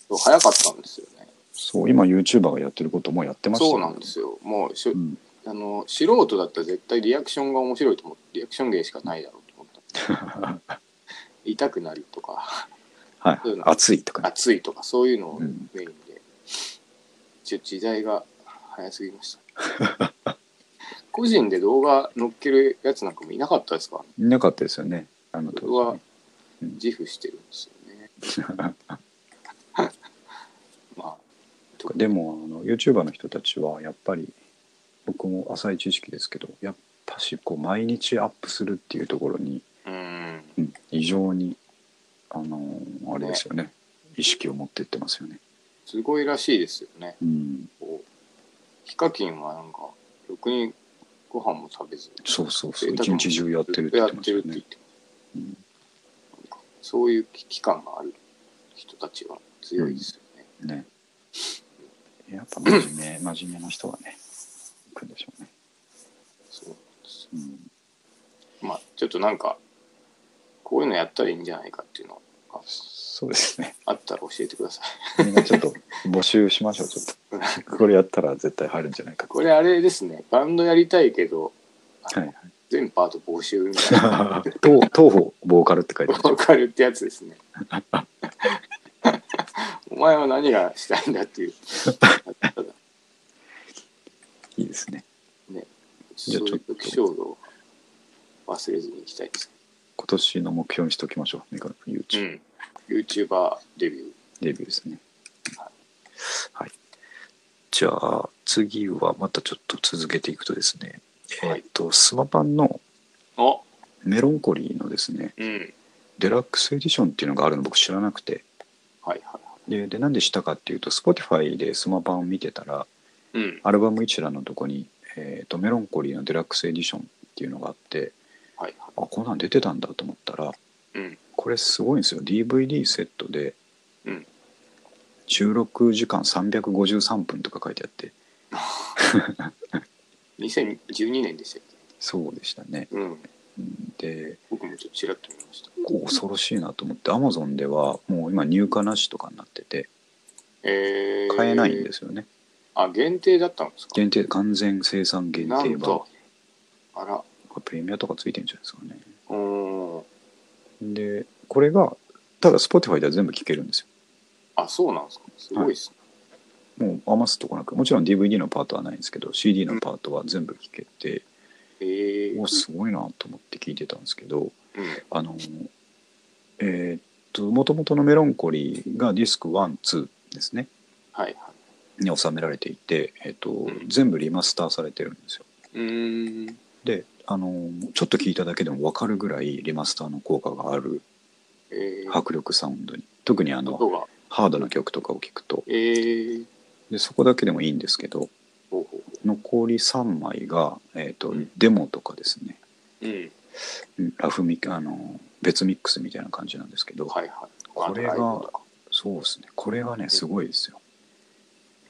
[SPEAKER 1] そう早かったんですよね。
[SPEAKER 2] そう今 YouTuber がやってることもやってましたよ
[SPEAKER 1] そうなんですよ。もうしょ、
[SPEAKER 2] うん
[SPEAKER 1] あの素人だったら絶対リアクションが面白いと思って、リアクション芸しかないだろうと思った。痛くなるとか。
[SPEAKER 2] はい
[SPEAKER 1] そういうの
[SPEAKER 2] 暑いとかね、
[SPEAKER 1] 暑いとかそういうのを
[SPEAKER 2] う
[SPEAKER 1] メイ
[SPEAKER 2] ん
[SPEAKER 1] ンで、ちょっと時代が早すぎました 個人で動画載っけるやつなんかもいなかったですからね
[SPEAKER 2] いなかったですよねあの当時
[SPEAKER 1] 僕 は
[SPEAKER 2] ねうん
[SPEAKER 1] 自負してるんですよね、まあ
[SPEAKER 2] でもあの YouTuber の人たちはやっぱり僕も浅い知識ですけどやっぱしこう毎日アップするっていうところに、
[SPEAKER 1] うん
[SPEAKER 2] うん異常にあのーあれですよね意識を持っていってますよね。
[SPEAKER 1] すごいらしいですよね
[SPEAKER 2] うん、
[SPEAKER 1] こうヒカキンはなんかろくにご飯も食べず
[SPEAKER 2] そうそうそう
[SPEAKER 1] 贅
[SPEAKER 2] 一
[SPEAKER 1] 沢も
[SPEAKER 2] 日中やってるっ
[SPEAKER 1] ずってと
[SPEAKER 2] 言
[SPEAKER 1] や
[SPEAKER 2] っ
[SPEAKER 1] って
[SPEAKER 2] ま
[SPEAKER 1] て
[SPEAKER 2] す
[SPEAKER 1] る
[SPEAKER 2] よ
[SPEAKER 1] って言
[SPEAKER 2] ね
[SPEAKER 1] っ。てますなんかそういう危機感がある人たちは強いですよね、
[SPEAKER 2] ねやっぱ真面 目真面目な人はね行くんでしょうね。
[SPEAKER 1] そうなんですよ
[SPEAKER 2] うん
[SPEAKER 1] まあちょっとなんかこういうのやったらいいんじゃないかっていうのが
[SPEAKER 2] そうですね。
[SPEAKER 1] あったら教えてくださ
[SPEAKER 2] みんなちょっと募集しましょう、ちょっ
[SPEAKER 1] い。
[SPEAKER 2] と。これやったら絶対入るんじゃないかと。
[SPEAKER 1] これあれですね、バンドやりたいけど、あ
[SPEAKER 2] は
[SPEAKER 1] の
[SPEAKER 2] い。
[SPEAKER 1] 全パート募集みたいな。
[SPEAKER 2] 東東方ボーカルって書いてあ
[SPEAKER 1] ボーカルってやつです ね。お前は何がしたいんだっていう。
[SPEAKER 2] るいいですね
[SPEAKER 1] ね、
[SPEAKER 2] じゃ
[SPEAKER 1] そ
[SPEAKER 2] あ
[SPEAKER 1] う
[SPEAKER 2] ち
[SPEAKER 1] い
[SPEAKER 2] ょっと
[SPEAKER 1] う衝動を忘れずにいきたいです。
[SPEAKER 2] 今年の目標にしておきましょうメガネの YouTube
[SPEAKER 1] ん。YouTuber デビュー。
[SPEAKER 2] デビューですね、はい、じゃあ次はまたちょっと続けていくとですね、
[SPEAKER 1] はい
[SPEAKER 2] えっ、とスマパンの
[SPEAKER 1] あ
[SPEAKER 2] メロンコリーのですね
[SPEAKER 1] うん。はい
[SPEAKER 2] デラックスエディションっていうのがあるの僕知らなくて
[SPEAKER 1] はいは
[SPEAKER 2] ででなんで知ったかっていうと Spotify でスマパンを見てたら
[SPEAKER 1] い。うん。
[SPEAKER 2] アルバム一覧のとこに、えーと「メロンコリーのデラックスエディション」っていうのがあって
[SPEAKER 1] はいは
[SPEAKER 2] あこんなん出てたんだと思ったら
[SPEAKER 1] い。うん。
[SPEAKER 2] これすごいんですよ DVD セットで、
[SPEAKER 1] うん
[SPEAKER 2] 16時間353分とか書いてあって
[SPEAKER 1] 2012年でしたっ
[SPEAKER 2] そうでしたね
[SPEAKER 1] けうん。
[SPEAKER 2] うんで
[SPEAKER 1] 僕もちょっとちらっと見ました。
[SPEAKER 2] こう恐ろしいなと思ってアマゾンではもう今入荷なしとかになってて
[SPEAKER 1] えー、。
[SPEAKER 2] 買えないんですすよね、
[SPEAKER 1] あ、限定だったんですか
[SPEAKER 2] 限定完全生産限
[SPEAKER 1] な
[SPEAKER 2] 定
[SPEAKER 1] ん
[SPEAKER 2] 版
[SPEAKER 1] と。あら。
[SPEAKER 2] これプレミアとかついてるんじゃないですかね
[SPEAKER 1] うーん。
[SPEAKER 2] でこれがただ Spotify では全部聴けるんですよ
[SPEAKER 1] あ、そうなんですかすごいですね。
[SPEAKER 2] もう余すとこなくもちろん DVD のパートはないんですけど CD のパートは全部聴けて、
[SPEAKER 1] えー
[SPEAKER 2] おすごいなと思って聞いてたんですけど、
[SPEAKER 1] うん。
[SPEAKER 2] あのえーっと元々のメロンコリーがディスク12ですね
[SPEAKER 1] はいはい。
[SPEAKER 2] に収められていて、えーっと
[SPEAKER 1] うん
[SPEAKER 2] 全部リマスターされてるんですよ
[SPEAKER 1] うーん。
[SPEAKER 2] であのちょっと聞いただけでも分かるぐらいリマスターの効果がある
[SPEAKER 1] えー、
[SPEAKER 2] 迫力サウンドに特にあの
[SPEAKER 1] 音が。
[SPEAKER 2] ハードな曲とかを聞くと
[SPEAKER 1] えー、
[SPEAKER 2] でそこだけでもいいんですけど
[SPEAKER 1] ほうほうほ
[SPEAKER 2] 残り3枚が、えーっと
[SPEAKER 1] うん
[SPEAKER 2] デモとかですね
[SPEAKER 1] う。うん。
[SPEAKER 2] ラフミあの別ミックスみたいな感じなんですけど、
[SPEAKER 1] はいはい。
[SPEAKER 2] これが
[SPEAKER 1] あライブだ
[SPEAKER 2] そうですねこれがねすごいですよ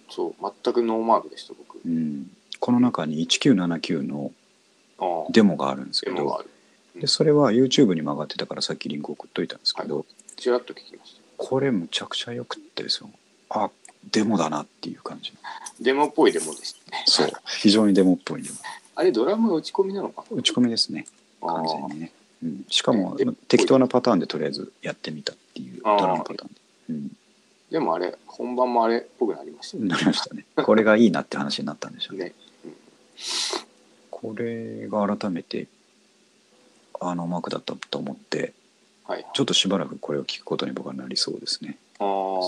[SPEAKER 1] そう、全くノーマークでした、僕。
[SPEAKER 2] うん、この中に1979の
[SPEAKER 1] ああ。
[SPEAKER 2] デモがあるんですけ
[SPEAKER 1] でも
[SPEAKER 2] ど
[SPEAKER 1] ある。
[SPEAKER 2] でそれは YouTube に曲がってたからさっきリンク送っといたんですけど、
[SPEAKER 1] ちらっと聞きまし
[SPEAKER 2] これむちゃくちゃよくってですよあデモだなっていう感じ
[SPEAKER 1] た。デモっぽいデモでしたね。
[SPEAKER 2] そう非常にデモっぽいデ
[SPEAKER 1] あれ、ドラム打ち込みなのか
[SPEAKER 2] モ打ち込みですね
[SPEAKER 1] な
[SPEAKER 2] 完全にね、うん、しかも
[SPEAKER 1] え
[SPEAKER 2] ま適当なパターンでとりあえずやってみたっていう
[SPEAKER 1] あー
[SPEAKER 2] ドラムパターンで、
[SPEAKER 1] でもあれ、本番もあれっぽくなりまし
[SPEAKER 2] うん、なりましたねこれがいいなって話になったんでしたょうね
[SPEAKER 1] ね。
[SPEAKER 2] これが改めてあのマークだったと思って
[SPEAKER 1] はい。
[SPEAKER 2] ちょっとしばらくこれを聞くことに僕はなりそうですね
[SPEAKER 1] ああ。は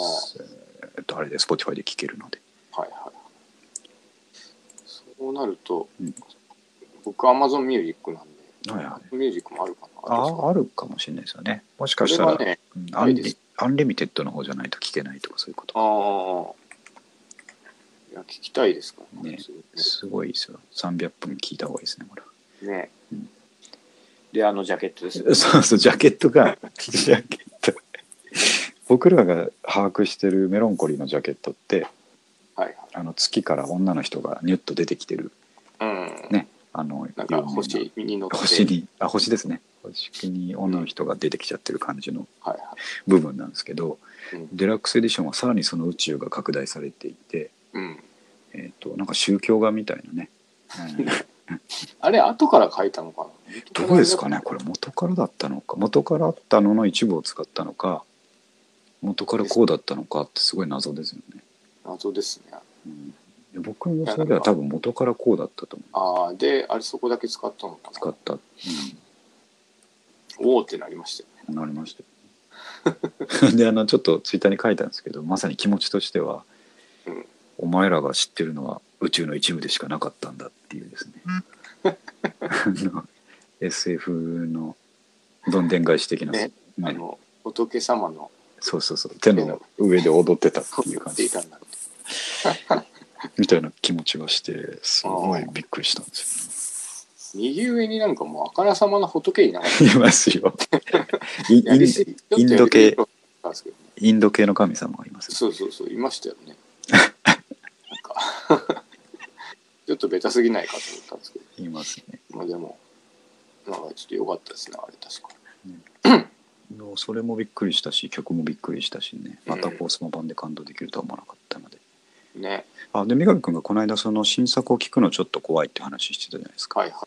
[SPEAKER 2] えっと、あれで Spotify で聴けるので。
[SPEAKER 1] いはい。そうなると
[SPEAKER 2] うん、
[SPEAKER 1] 僕、Amazon Music なんで、
[SPEAKER 2] はいはい、
[SPEAKER 1] ミュージックもあるかな。
[SPEAKER 2] ああるかもしれないですよね。もし
[SPEAKER 1] そ
[SPEAKER 2] か
[SPEAKER 1] れ
[SPEAKER 2] したら、
[SPEAKER 1] はね、
[SPEAKER 2] うんアン
[SPEAKER 1] ないで
[SPEAKER 2] リ
[SPEAKER 1] す
[SPEAKER 2] アンリミテッドの方じゃないと聴けないとかそういうこと。
[SPEAKER 1] ああ。いや、聞きたいですから
[SPEAKER 2] ね
[SPEAKER 1] 普通に
[SPEAKER 2] すごいですよ。300分聴いた方がいいですね、これ。
[SPEAKER 1] ね
[SPEAKER 2] うん。
[SPEAKER 1] で、あのジャケットですよ ね。
[SPEAKER 2] そうそう、ジャケットが、 ジャケット。僕らが把握してるメロンコリーのジャケットって
[SPEAKER 1] はい
[SPEAKER 2] あの月から女の人がニュッと出てきてる
[SPEAKER 1] はい。うん。
[SPEAKER 2] ねあの
[SPEAKER 1] なんか星に乗って。
[SPEAKER 2] 星にあ星ですね星に女の人が出てきちゃってる感じの
[SPEAKER 1] はいはい。
[SPEAKER 2] 部分なんですけど、
[SPEAKER 1] うん
[SPEAKER 2] デラックスエディションはさらにその宇宙が拡大されていて、
[SPEAKER 1] うん。
[SPEAKER 2] えー、となんか宗教画みたいなね、うん
[SPEAKER 1] あれ、後から書いたのかな
[SPEAKER 2] どうですかねこれ元からだったのか元からあったのの一部を使ったのか元からこうだったのかってすごい謎ですよね。
[SPEAKER 1] 謎ですね。
[SPEAKER 2] うんで僕の予想では多分元からこうだったと思う
[SPEAKER 1] ああ、で、あれ、そこだけ使ったのか
[SPEAKER 2] 使
[SPEAKER 1] な
[SPEAKER 2] った、
[SPEAKER 1] おおってなりましたよね。
[SPEAKER 2] うん、なりましたよ であのちょっとツイッターに書いたんですけどまさに気持ちとしては、
[SPEAKER 1] うん
[SPEAKER 2] お前らが知ってるのは宇宙の一部でしかなかったんだっていうですね、 あの SF のどんでん返し的な、
[SPEAKER 1] ね
[SPEAKER 2] ね
[SPEAKER 1] あの、仏様の
[SPEAKER 2] そうそうそう手の上で踊ってたっていう感
[SPEAKER 1] てい
[SPEAKER 2] じ
[SPEAKER 1] たんだって。
[SPEAKER 2] みたいな気持ちがしてすごいびっくりしたんです
[SPEAKER 1] 右上になんかもう、あからさまな仏 いなかった。
[SPEAKER 2] よ、いますよいイ
[SPEAKER 1] やり
[SPEAKER 2] ン
[SPEAKER 1] すぎ
[SPEAKER 2] インド系。
[SPEAKER 1] ちょっとやりすぎだったんですけどね
[SPEAKER 2] インド系の神様がいますよ
[SPEAKER 1] そうそうそう、いましたよ ね。なんか ちょっとベタすぎないかと思ったんですけど。
[SPEAKER 2] いますね
[SPEAKER 1] まあでも、なんかちょっと良かったですね、あれ確か。
[SPEAKER 2] どそれもびっくりしたし曲もびっくりしたしねまたこうスマ版で感動できるとは思わなかったので、
[SPEAKER 1] ね。
[SPEAKER 2] あで三上君がこの間その新作を聞くのちょっと怖いって話してたじゃないですか、
[SPEAKER 1] はいは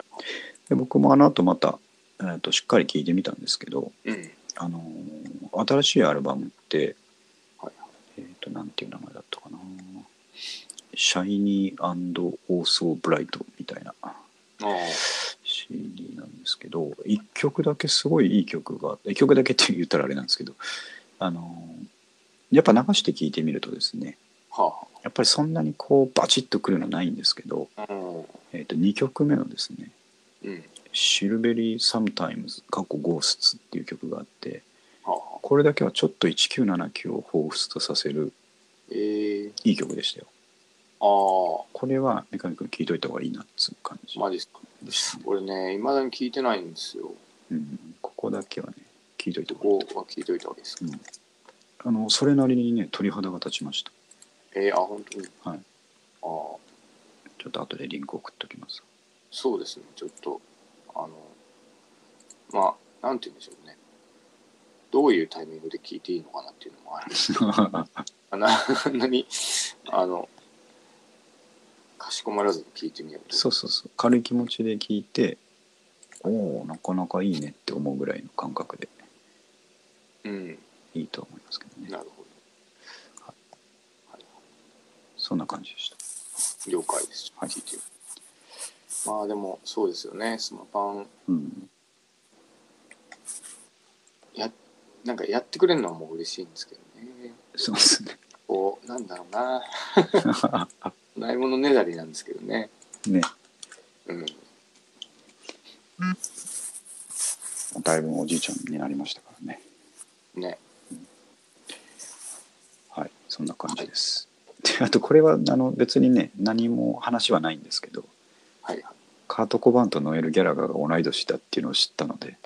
[SPEAKER 2] で僕もあの後また、えー、としっかり聞いてみたんですけど、
[SPEAKER 1] い。うん。
[SPEAKER 2] あのー新しいアルバムって、
[SPEAKER 1] はい
[SPEAKER 2] えっ、となんていう名前だったかな「シャイニーオーソーブライト」みたいな
[SPEAKER 1] ああ
[SPEAKER 2] CD なんですけど1曲だけすごいいい曲が1曲だけって言ったらあれなんですけど、あのーやっぱ流して聴いてみるとですね
[SPEAKER 1] は
[SPEAKER 2] やっぱりそんなにこうバチッとくるのないんですけど、
[SPEAKER 1] あ。うん。
[SPEAKER 2] えー、と2曲目のですね
[SPEAKER 1] うん。
[SPEAKER 2] 「シルベリー・サムタイムズ」過去ゴースツっていう曲があって
[SPEAKER 1] はあ。
[SPEAKER 2] これだけはちょっと1979を彷彿とさせる
[SPEAKER 1] ええ
[SPEAKER 2] いい曲でしたよ
[SPEAKER 1] あ
[SPEAKER 2] これは三上君聴いといた方がいいなっつう感じ
[SPEAKER 1] あ。マジですか。
[SPEAKER 2] ですね、
[SPEAKER 1] 俺ね、いまだに聞いてないんですよ。
[SPEAKER 2] うん、ここだけはね聴いといた
[SPEAKER 1] ど
[SPEAKER 2] 方がいい
[SPEAKER 1] こは聞いといたわけですか。
[SPEAKER 2] あのそれなりにね鳥肌が立ちました
[SPEAKER 1] えー、あ、本当に。
[SPEAKER 2] はい。
[SPEAKER 1] ああ、
[SPEAKER 2] ちょっと後でリンク送っとき ます
[SPEAKER 1] そうですね。ちょっと、あの、まあ、なんて言うんでしょうね。どういうタイミングで聞いていいのかなっていうのもある。あなあんな に、あの、かしこまらずに聞いてみようと。
[SPEAKER 2] そうそうそう軽い気持ちで聴いておおなかなかいいねって思うぐらいの感覚で
[SPEAKER 1] うん。
[SPEAKER 2] いいと思いますけどね
[SPEAKER 1] なるほ
[SPEAKER 2] そんな感じでした
[SPEAKER 1] ど。了解です。
[SPEAKER 2] はい
[SPEAKER 1] 聞いてみますまあでも、そうですよね。スマパン、
[SPEAKER 2] うん
[SPEAKER 1] や、なんかやってくれるのはもう嬉しいんですけどね。
[SPEAKER 2] そうです ね
[SPEAKER 1] こう、なんだろうな。ないものねだりなんですけどね。
[SPEAKER 2] ね
[SPEAKER 1] うん。
[SPEAKER 2] だいぶおじいちゃんになりましたからね
[SPEAKER 1] ね。
[SPEAKER 2] はいそんな感じです、であとこれはあの別にね何も話はないんですけど
[SPEAKER 1] はいはい。
[SPEAKER 2] カート・コバーンとノエル・ギャラガーが同い年だっていうのを知ったので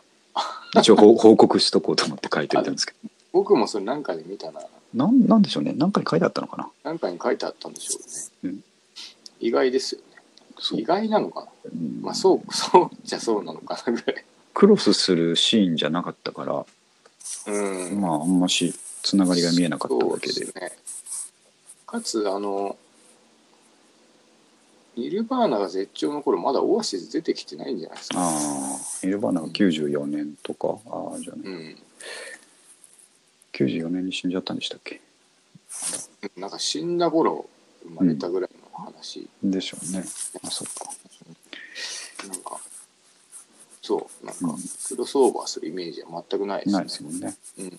[SPEAKER 2] 一応 報報告しとこうと思って書いてみたんですけど
[SPEAKER 1] 僕もそれなんかで見たな。
[SPEAKER 2] なんなんでしょうね何かに書いてあったのかな
[SPEAKER 1] なんかに書いてあったんでしょうね。
[SPEAKER 2] うん
[SPEAKER 1] 意外ですよね。
[SPEAKER 2] そう
[SPEAKER 1] 意外なのかな。
[SPEAKER 2] うん
[SPEAKER 1] まあそう、そうじゃそうなのかなぐらい。
[SPEAKER 2] クロスするシーンじゃなかったから、
[SPEAKER 1] うん。
[SPEAKER 2] まああんましつながりが見えなかったわけ
[SPEAKER 1] そう
[SPEAKER 2] です
[SPEAKER 1] ね。かつ、あの、ニルバーナが絶頂の頃、まだオアシス出てきてないんじゃないですか。
[SPEAKER 2] ああエルバーナが94年とかああじゃあね
[SPEAKER 1] うん。
[SPEAKER 2] 94年に死んじゃったんでしたっけ
[SPEAKER 1] なんか死んだ頃、生まれたぐらいの話。
[SPEAKER 2] でしょうねあそっか
[SPEAKER 1] なんか、そう、なん
[SPEAKER 2] うん
[SPEAKER 1] か、クロスオーバーするイメージは全くないですね。
[SPEAKER 2] ないですもんね
[SPEAKER 1] うん。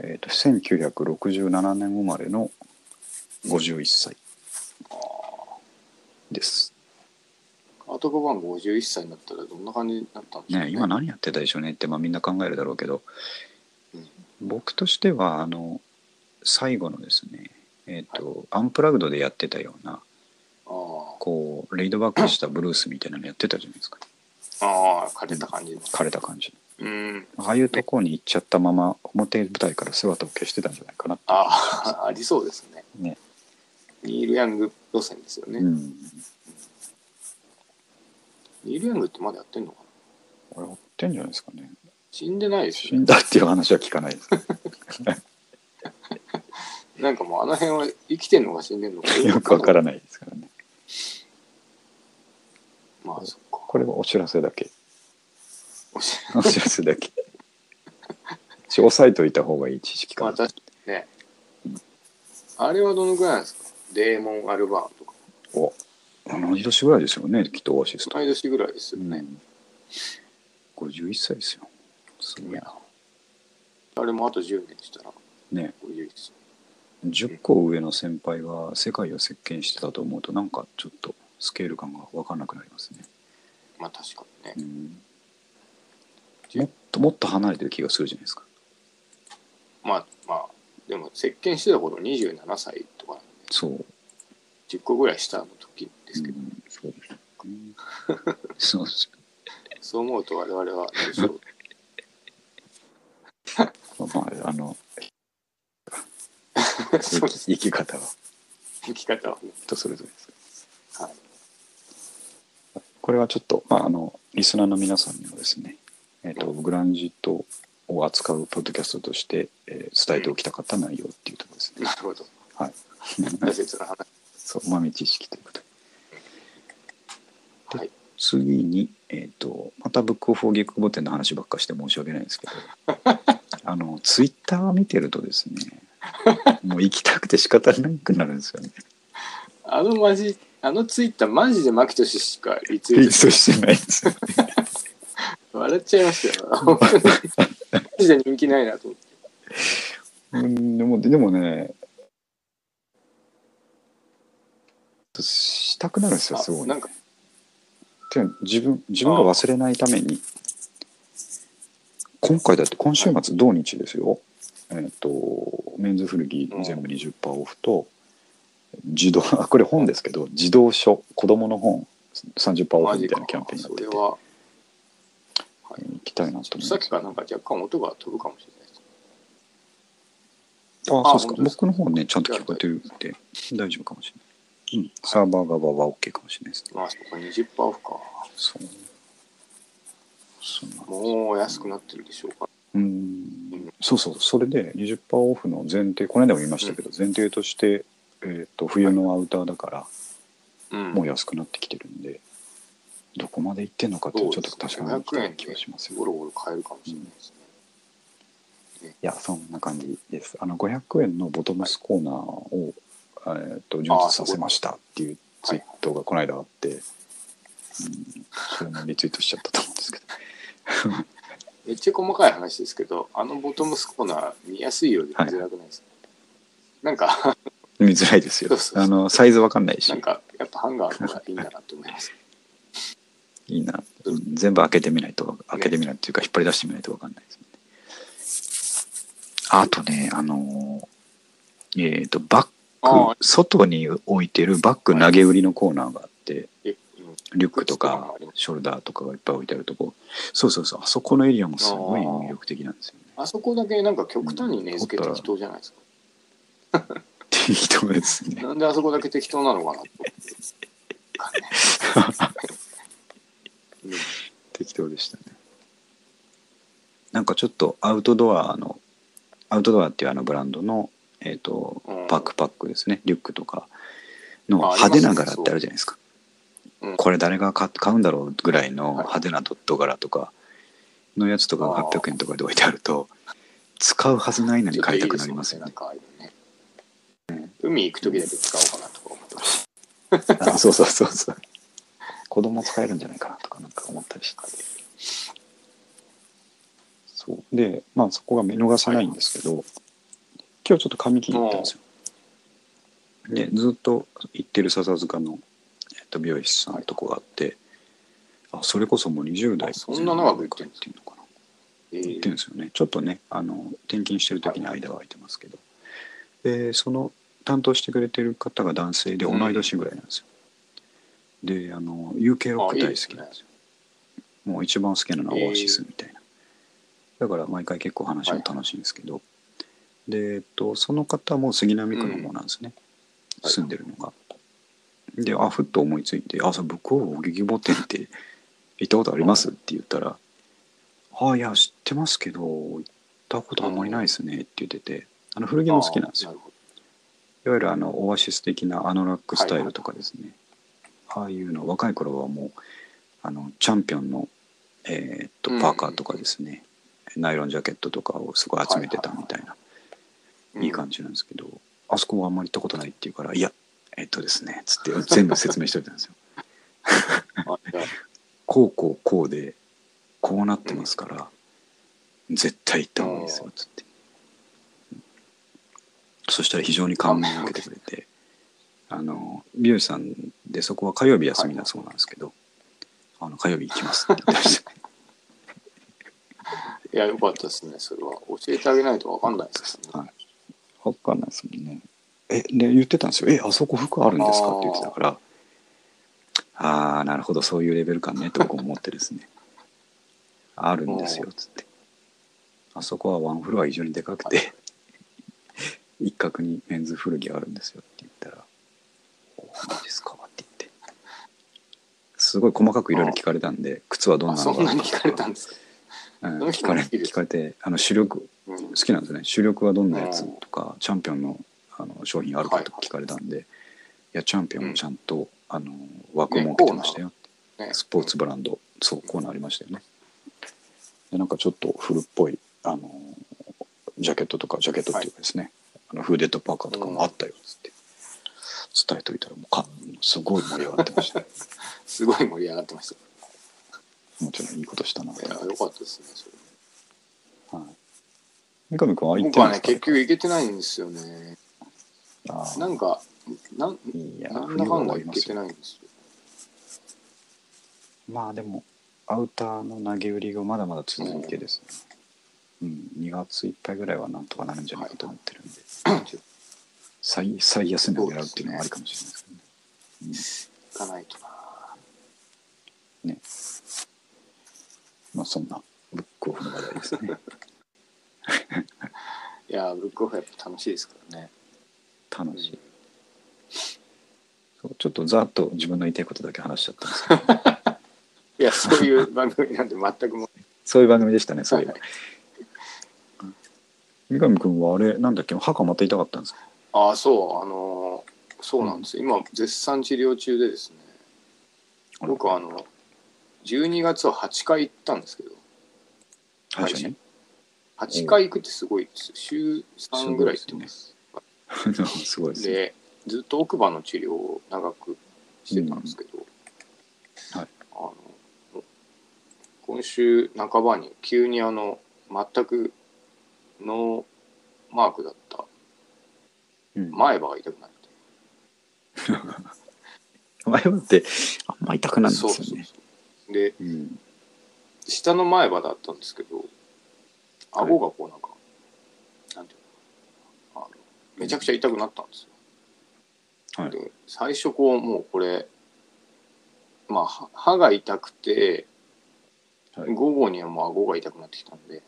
[SPEAKER 2] えっ、と1967年生まれの51歳です
[SPEAKER 1] アート5番51歳になったらどんな感じになったんですか
[SPEAKER 2] ね今何やってたでしょうねって、まあ、みんな考えるだろうけど
[SPEAKER 1] うん
[SPEAKER 2] 僕としてはあの最後のですねえっ、と、アンプラグドでやってたような
[SPEAKER 1] あー
[SPEAKER 2] こうレイドバックしたブルースみたいなのやってたじゃないですか
[SPEAKER 1] あー、枯れた感じの。
[SPEAKER 2] 枯れた感じ
[SPEAKER 1] うん。
[SPEAKER 2] ああいうとこに行っちゃったまま表舞台から姿を消してたんじゃないかなって
[SPEAKER 1] ああ、ありそうですね。
[SPEAKER 2] ね、
[SPEAKER 1] ニール・ヤング路線ですよね。
[SPEAKER 2] うん、
[SPEAKER 1] ニール・ヤングってまだやってんのかな
[SPEAKER 2] これ追ってんじゃないですかね
[SPEAKER 1] 死んでないです
[SPEAKER 2] 死
[SPEAKER 1] よ
[SPEAKER 2] ん
[SPEAKER 1] ね。
[SPEAKER 2] だっていう話は聞かないです
[SPEAKER 1] なんかもうあの辺は生きてんのか死んでんのか
[SPEAKER 2] よくわかららないですからね
[SPEAKER 1] まあ、そっか。
[SPEAKER 2] これはお知らせだけ
[SPEAKER 1] おし
[SPEAKER 2] お知らせだけ一応押さえといた方がいい知識か
[SPEAKER 1] ま
[SPEAKER 2] な
[SPEAKER 1] あ、確かにね。あれはどのくらいなんですかデーモン・アルバーンとか。
[SPEAKER 2] お同じ年ぐらいですよねきっとオアシスと、
[SPEAKER 1] 毎年ぐらいですよね。
[SPEAKER 2] うん51歳ですよすごいな
[SPEAKER 1] あれもあと10年したら
[SPEAKER 2] ね
[SPEAKER 1] 51歳。
[SPEAKER 2] 10個上の先輩が世界を席巻してたと思うとなんかちょっとスケール感が分かんなくなりますね、
[SPEAKER 1] まあ確かにね
[SPEAKER 2] う。ん、もっともっと離れてる気がするじゃないですか
[SPEAKER 1] まあまあ、でも、接見してた頃27歳とか、
[SPEAKER 2] そう
[SPEAKER 1] 10個ぐらい下の時ですけど、
[SPEAKER 2] うんそうですねそうです
[SPEAKER 1] そう思うと我々は、そう
[SPEAKER 2] まあまああの
[SPEAKER 1] そ
[SPEAKER 2] 生
[SPEAKER 1] う
[SPEAKER 2] き生き方は
[SPEAKER 1] 生き方はね、
[SPEAKER 2] 人それぞれです
[SPEAKER 1] はい。
[SPEAKER 2] これはちょっと、まあ、あのリスナーの皆さんにもですね、えっとグランジとを扱うポッドキャストとして、えー伝えておきたかった内容っていうところですね。
[SPEAKER 1] なるほど。
[SPEAKER 2] はい、
[SPEAKER 1] 大切な話。
[SPEAKER 2] そう豆知識ということで
[SPEAKER 1] はい。
[SPEAKER 2] 次に、えー、とまたブックオフォーギークボ店の話ばっかして申し訳ないん ですけどあのツイッターを見てるとですねもう行きたくて仕方なくなるんですよね。
[SPEAKER 1] あのマジ、あのツイッターマジで牧俊しかリツイ
[SPEAKER 2] リ
[SPEAKER 1] ート
[SPEAKER 2] ートしてないんですよ。
[SPEAKER 1] 笑っちゃいましたよ。 本当にマジで人気ないなと思って。
[SPEAKER 2] うんでもでもねしたくなるんですよすご
[SPEAKER 1] あ
[SPEAKER 2] い。
[SPEAKER 1] なんか、
[SPEAKER 2] てか自分自分が忘れないために今回だって今週末土日ですよ、えっ、とメンズ古着全部20%オフと自動 あこれ本ですけど児童書子供の本30%オ
[SPEAKER 1] マ
[SPEAKER 2] フみ
[SPEAKER 1] ジ
[SPEAKER 2] たい
[SPEAKER 1] か
[SPEAKER 2] なキャンペーンになっ
[SPEAKER 1] そ
[SPEAKER 2] て
[SPEAKER 1] れ
[SPEAKER 2] て
[SPEAKER 1] は、
[SPEAKER 2] 行きたいなと思い
[SPEAKER 1] さ
[SPEAKER 2] ま
[SPEAKER 1] っき
[SPEAKER 2] す
[SPEAKER 1] からなんか若干音が飛ぶかもしれないです。
[SPEAKER 2] あそうですか
[SPEAKER 1] 本当です
[SPEAKER 2] 僕の方ねちゃんと聞こえてるんで大丈夫かもしれない、うん、サーバー側は OK かもしれないですね
[SPEAKER 1] まあ、そこ20%オフか。
[SPEAKER 2] そうそうなんです
[SPEAKER 1] もう安くなってるでしょうか。
[SPEAKER 2] うんそうそうそれで20%オフの前提この間も言いましたけど、前提として、えー、と冬のアウターだから
[SPEAKER 1] うん。
[SPEAKER 2] もう安くなってきてるんで、どこまで行ってんのかってちょっと確かめてい気がしますよ
[SPEAKER 1] ゴロゴロ買えるかもしれないですね。
[SPEAKER 2] いやそんな感じですあの500円のボトムスコーナーを、えー、と充
[SPEAKER 1] あ
[SPEAKER 2] 実
[SPEAKER 1] ー
[SPEAKER 2] させましたっていうツイートがこの間あって、うん、それもリツイートしちゃったと思うんですけど
[SPEAKER 1] めっちゃ細かい話ですけど、あのボトムスコーナー見やすいようで見づらくないですか、なんか、
[SPEAKER 2] 見づらいですよ
[SPEAKER 1] そうそうそう
[SPEAKER 2] あのサイズわかんないし
[SPEAKER 1] なんか、やっぱハンガーの方がいいんだなと思 います。
[SPEAKER 2] いいな、
[SPEAKER 1] うん
[SPEAKER 2] 全部開けてみないと開けてみないっていうか引っ張り出してみないと分かんないですねあとねあのーえっ、とバッ
[SPEAKER 1] あ
[SPEAKER 2] グ外に置いてるバッグ投げ売りのコーナーがあって
[SPEAKER 1] えうん
[SPEAKER 2] リュックと
[SPEAKER 1] リュックとか
[SPEAKER 2] か
[SPEAKER 1] もあります
[SPEAKER 2] ショルダーとかがいっぱい置いてあるとこそうそうそうあそこのエリアもすごい
[SPEAKER 1] あー
[SPEAKER 2] 魅力的なんですよ ね
[SPEAKER 1] あそこだけなんか極端に値付け適当じゃないですか。
[SPEAKER 2] っていうとこですね
[SPEAKER 1] なんであそこだけ適当なのかなとわかんないうん
[SPEAKER 2] 適当でしたねなんかちょっとアウトドアのアウトドアっていうあのブランドの、えー、と
[SPEAKER 1] うん
[SPEAKER 2] バックパックですねリュックとかの
[SPEAKER 1] ああり
[SPEAKER 2] 派
[SPEAKER 1] ますね
[SPEAKER 2] 手な柄ってあるじゃないですか
[SPEAKER 1] そうう ん
[SPEAKER 2] これ誰が買買うんだろうぐらいの
[SPEAKER 1] はい
[SPEAKER 2] 派手なドット柄とかのやつとかが800円とかで置いてあると使うはずないのに買いたくなりますよね
[SPEAKER 1] ちょっといいですねなんかああいうのね。海行く時だけ使おうかなとか思ってまし
[SPEAKER 2] あそうそうそうそう子供使えるんじゃないかなとかなんか思ったりしてそうでまあそこが見逃せないんですけど、今日ちょっと髪切りに行ったんですよでずっと行ってる笹塚の、えっと、美容師さんのとこがあって、あそれこそもう20代
[SPEAKER 1] あそんな長く行ってんの
[SPEAKER 2] っていうのかな
[SPEAKER 1] た。え
[SPEAKER 2] 行ってるんですよねちょっとねあの転勤してる時に間が空いてますけど、でその担当してくれてる方が男性で同
[SPEAKER 1] うん
[SPEAKER 2] い年ぐらいなんですよ、であの UK ロック大好きなんですよもう一番好きなのはオアシスみたいな、だから毎回結構話も楽しいんですけど、で、えっと、その方も杉並区の方なんですね、
[SPEAKER 1] うん
[SPEAKER 2] 住んでるのが、であふっと思いついて「あそうブックオフおぎぎぼ店って行ったことあります?」って言ったら「あいや知ってますけど行ったことあんまりないですね」って言っててあの古着も好きなんですよ
[SPEAKER 1] ああなるほ
[SPEAKER 2] いわゆるあのオアシス的なアノラックスタイルとかですね、ああいうの若い頃はもうあのチャンピオンの、えーっと
[SPEAKER 1] うん
[SPEAKER 2] パーカーとかですね、ナイロンジャケットとかをすごい集めてたみたいな、
[SPEAKER 1] ど
[SPEAKER 2] いい感じなんですけど、あそこはあんまり行ったことないっていうから「いやえっとですね」つって全部説明しといたんですよ。
[SPEAKER 1] あじゃあ
[SPEAKER 2] こうこうこうでこうなってますから、絶対行った方がいいですよつって、そしたら非常に感銘を受けてくれてあの美容師さんでそこは火曜日休みだそうなんですけど、あの火曜日行きますって言ってました
[SPEAKER 1] いや、よかったですね。それは教えてあげないとわかんないですね。
[SPEAKER 2] はい分かんないですもんねえで言ってたんですよ「えあそこ服あるんですか?」って言ってたからああーなるほどそういうレベル感ねと僕も思ってですねあるんですよつってあそこはワンフロア非常にでかくて 一角にメンズ古着あるんですよって言ったら「おマジですか?」って言ってすごい細かくいろいろ聞かれたんで「靴はどん
[SPEAKER 1] あ
[SPEAKER 2] な
[SPEAKER 1] そ
[SPEAKER 2] の
[SPEAKER 1] ん
[SPEAKER 2] が
[SPEAKER 1] な
[SPEAKER 2] ある
[SPEAKER 1] に
[SPEAKER 2] の
[SPEAKER 1] 聞かれたんですか
[SPEAKER 2] うん、
[SPEAKER 1] その
[SPEAKER 2] 聞
[SPEAKER 1] 人
[SPEAKER 2] か
[SPEAKER 1] も
[SPEAKER 2] れ
[SPEAKER 1] 好きです
[SPEAKER 2] 聞かれてあの主力
[SPEAKER 1] うん
[SPEAKER 2] 好きなんですね主力はどんなやつとか、チャンピオンのあの商品あるかとか聞かれたんで、い、やチャンピオンもちゃんと、あの枠を設けてましたよ、
[SPEAKER 1] ね
[SPEAKER 2] スポーツブランドそうコーナーありましたよねでなんかちょっと古っぽいあのジャケットとかジャケットっていうかですね、あのフーデッドパーカーとかもあったよっつって伝えといたらもうかすごい盛り上がってま したね
[SPEAKER 1] すごい盛り上がってまし
[SPEAKER 2] もちろんいいことしたなと
[SPEAKER 1] た。いや、よかったですね。それ
[SPEAKER 2] はい、三上君はああ言って
[SPEAKER 1] 僕
[SPEAKER 2] る
[SPEAKER 1] は
[SPEAKER 2] んです
[SPEAKER 1] ね、
[SPEAKER 2] か
[SPEAKER 1] 結局行けてないんですよね。
[SPEAKER 2] あー
[SPEAKER 1] なんか、なん、
[SPEAKER 2] いや
[SPEAKER 1] なん
[SPEAKER 2] 冬
[SPEAKER 1] だ
[SPEAKER 2] は
[SPEAKER 1] か
[SPEAKER 2] 終
[SPEAKER 1] ん
[SPEAKER 2] わ
[SPEAKER 1] だ
[SPEAKER 2] り
[SPEAKER 1] 行
[SPEAKER 2] ま
[SPEAKER 1] け
[SPEAKER 2] す
[SPEAKER 1] て
[SPEAKER 2] よ
[SPEAKER 1] ないんですよ。
[SPEAKER 2] まあでもアウターの投げ売りがまだまだ続いてですね、うん2月いっぱいぐらいはなんとかなるんじゃないかと思ってるんで、
[SPEAKER 1] 行
[SPEAKER 2] 最最安値を狙うっていうのはありかもしれないですけどね
[SPEAKER 1] かないとな。
[SPEAKER 2] ねまあそんなブックオフの話題ですね
[SPEAKER 1] いや、ブックオフやっぱ楽しいですからね。
[SPEAKER 2] 楽しいそうちょっとざっと自分の言いたいことだけ話しちゃったんですけど
[SPEAKER 1] い や、そういう番組なんで全くも
[SPEAKER 2] そういう番組でしたねそういえば
[SPEAKER 1] はい
[SPEAKER 2] 三上君はあれなんだっけ歯がまた痛かったんですか
[SPEAKER 1] ああ、そう、あのーそうなんです。今、絶賛治療中でですね、僕はあの、12月は8回行ったんですけど、
[SPEAKER 2] 歯医者ね
[SPEAKER 1] 8回行くってすごいです。週3ぐらい行ってます。
[SPEAKER 2] すごいですね
[SPEAKER 1] でずっと奥歯の治療を長くしてたんですけど、
[SPEAKER 2] うんはい
[SPEAKER 1] あの今週半ばに急にあの全くノーマークだった
[SPEAKER 2] うん
[SPEAKER 1] 前歯が痛くなって、
[SPEAKER 2] 前歯ってあんま痛くないんです
[SPEAKER 1] そ
[SPEAKER 2] よ
[SPEAKER 1] う
[SPEAKER 2] ね
[SPEAKER 1] そうそうで
[SPEAKER 2] うん
[SPEAKER 1] 下の前歯だったんですけど顎がこうなんか、なんていうのあのめちゃくちゃ痛くなったんですよ
[SPEAKER 2] はい
[SPEAKER 1] で最初こうもうこれまあ歯歯が痛く
[SPEAKER 2] はい
[SPEAKER 1] て、午後にはもう顎が痛くなってきたんで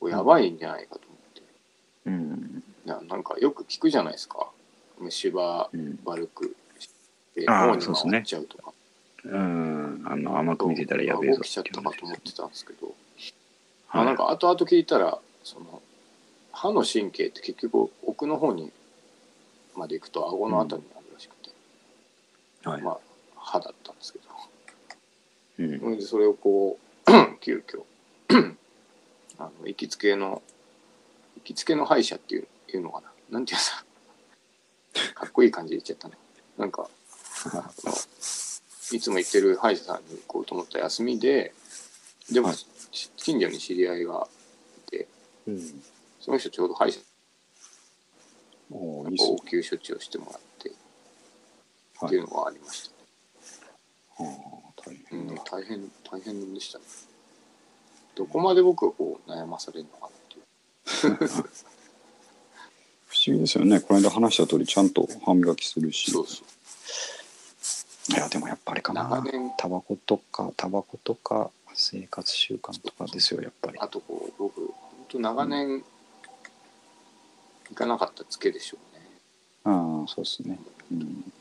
[SPEAKER 1] これやばいんじゃないかと思って、
[SPEAKER 2] うん
[SPEAKER 1] ななんかよく聞くじゃないですか虫歯
[SPEAKER 2] うん
[SPEAKER 1] 悪くして
[SPEAKER 2] あー
[SPEAKER 1] 脳に
[SPEAKER 2] そうです
[SPEAKER 1] 回
[SPEAKER 2] ね
[SPEAKER 1] っちゃうとか
[SPEAKER 2] うんあの甘く見てたらやべえ
[SPEAKER 1] 顎
[SPEAKER 2] ぞ
[SPEAKER 1] 来ちゃったかと思ってたんですけど、ま
[SPEAKER 2] は
[SPEAKER 1] あ、
[SPEAKER 2] い
[SPEAKER 1] なんか後々聞いたらその歯の神経って結局奥の方にまで行くと顎のあたりにあるらしくて、
[SPEAKER 2] はい
[SPEAKER 1] まあ歯だったんですけど
[SPEAKER 2] うん
[SPEAKER 1] それでそれをこう 急遽あの行きつけの行きつけの歯医者っていういうのかななんていうさかっこいい感じで言っちゃったねなんかあのいつも行ってる歯医者さんに行こうと思った休みででも、
[SPEAKER 2] はい
[SPEAKER 1] 近所に知り合いがいて
[SPEAKER 2] うん
[SPEAKER 1] その人ちょうど歯医者
[SPEAKER 2] おーいいっす
[SPEAKER 1] 応急処置をしてもらってっ
[SPEAKER 2] は
[SPEAKER 1] てい
[SPEAKER 2] いう
[SPEAKER 1] のがありました、
[SPEAKER 2] あー大変
[SPEAKER 1] うん
[SPEAKER 2] だ
[SPEAKER 1] 大変大変でしたねどこまで僕はこう悩まされるのかなっていう
[SPEAKER 2] 不思議ですよねこの間話した通りちゃんと歯磨きするし
[SPEAKER 1] そうそう
[SPEAKER 2] いやでもやっぱりかな
[SPEAKER 1] 長年
[SPEAKER 2] タバコとかタバコとか生活習慣とかですよやっぱり
[SPEAKER 1] あとこう僕本当長年行かなかったつけでしょうね、
[SPEAKER 2] ああそうですねうん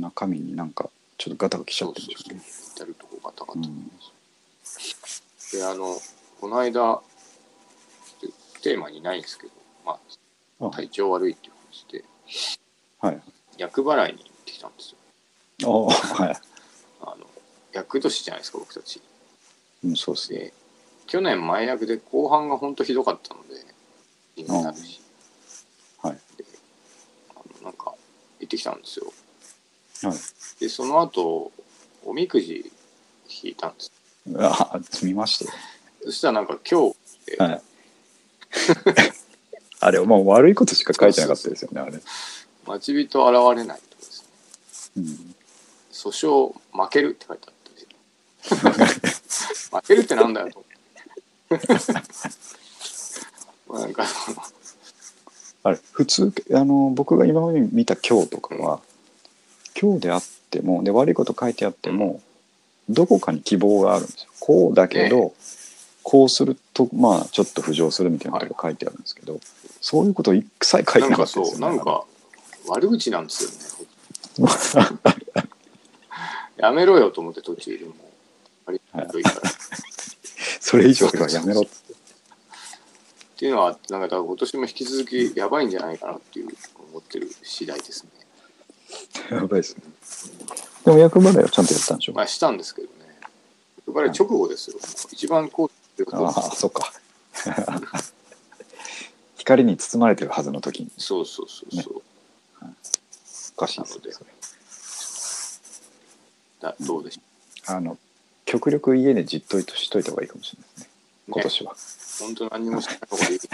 [SPEAKER 2] 中身になんかちょっとガタが来ちゃってるんでしょうね
[SPEAKER 1] 至るとこガタガ
[SPEAKER 2] う
[SPEAKER 1] タ、
[SPEAKER 2] ん
[SPEAKER 1] であのこの間ちょっとテーマにないんですけど、ま
[SPEAKER 2] あ
[SPEAKER 1] あ、体調悪いっていう話で
[SPEAKER 2] はい
[SPEAKER 1] 厄払いに行ってきたんですよ
[SPEAKER 2] ああは
[SPEAKER 1] あの厄年じゃないですか僕たち
[SPEAKER 2] いうんそうですね
[SPEAKER 1] で去年前役で後半が本当ひどかったので気になるし、
[SPEAKER 2] うんはい
[SPEAKER 1] であのなんか行ってきたんですよ
[SPEAKER 2] はい
[SPEAKER 1] でその後おみくじ引いたんです
[SPEAKER 2] ああ見ましたよ
[SPEAKER 1] そしたらなんか今日って、
[SPEAKER 2] はい。あれ、まあ、悪いことしか書いてなかったですよね、あれ。
[SPEAKER 1] 待ち人現れないとかですね
[SPEAKER 2] うん。
[SPEAKER 1] 訴訟負けるって書いてあったん ですよ負けるってなんだよと思って まあなんかその
[SPEAKER 2] あれ、普通、あの、僕が今まで見た今日とかは、今日であっても、で、悪いこと書いてあっても、どこかに希望があるんですよ。こうだけど、こうすると、まあ、ちょっと浮上するみたいなことが書いてあるんですけど、そういうこと一切書いて
[SPEAKER 1] なん
[SPEAKER 2] なか
[SPEAKER 1] か
[SPEAKER 2] ったで
[SPEAKER 1] そ
[SPEAKER 2] す
[SPEAKER 1] う、
[SPEAKER 2] よね。
[SPEAKER 1] なんか悪口なんですよね。やめろよと思って途中でも、ありがとういいから。
[SPEAKER 2] あれ、 それ以上はやめろっつって
[SPEAKER 1] っていうのは、なんかだから今年も引き続きやばいんじゃないかなっていう思ってる次第ですね。
[SPEAKER 2] やばいですねでも役場ではちゃんとやったんでしょ、
[SPEAKER 1] まあしたんですけどね。やっぱり直後ですよ。一番こうってこ
[SPEAKER 2] あ
[SPEAKER 1] と
[SPEAKER 2] あそっか 光に包まれてるはずの時に
[SPEAKER 1] そうそうそうそう。
[SPEAKER 2] おかしいですね
[SPEAKER 1] な
[SPEAKER 2] それ
[SPEAKER 1] のでだどうでしょ
[SPEAKER 2] あの極力家でじっとしといた方がいいかもしれないですね
[SPEAKER 1] う、ね。
[SPEAKER 2] 今年は、
[SPEAKER 1] 本当何にもしない方がいい。ち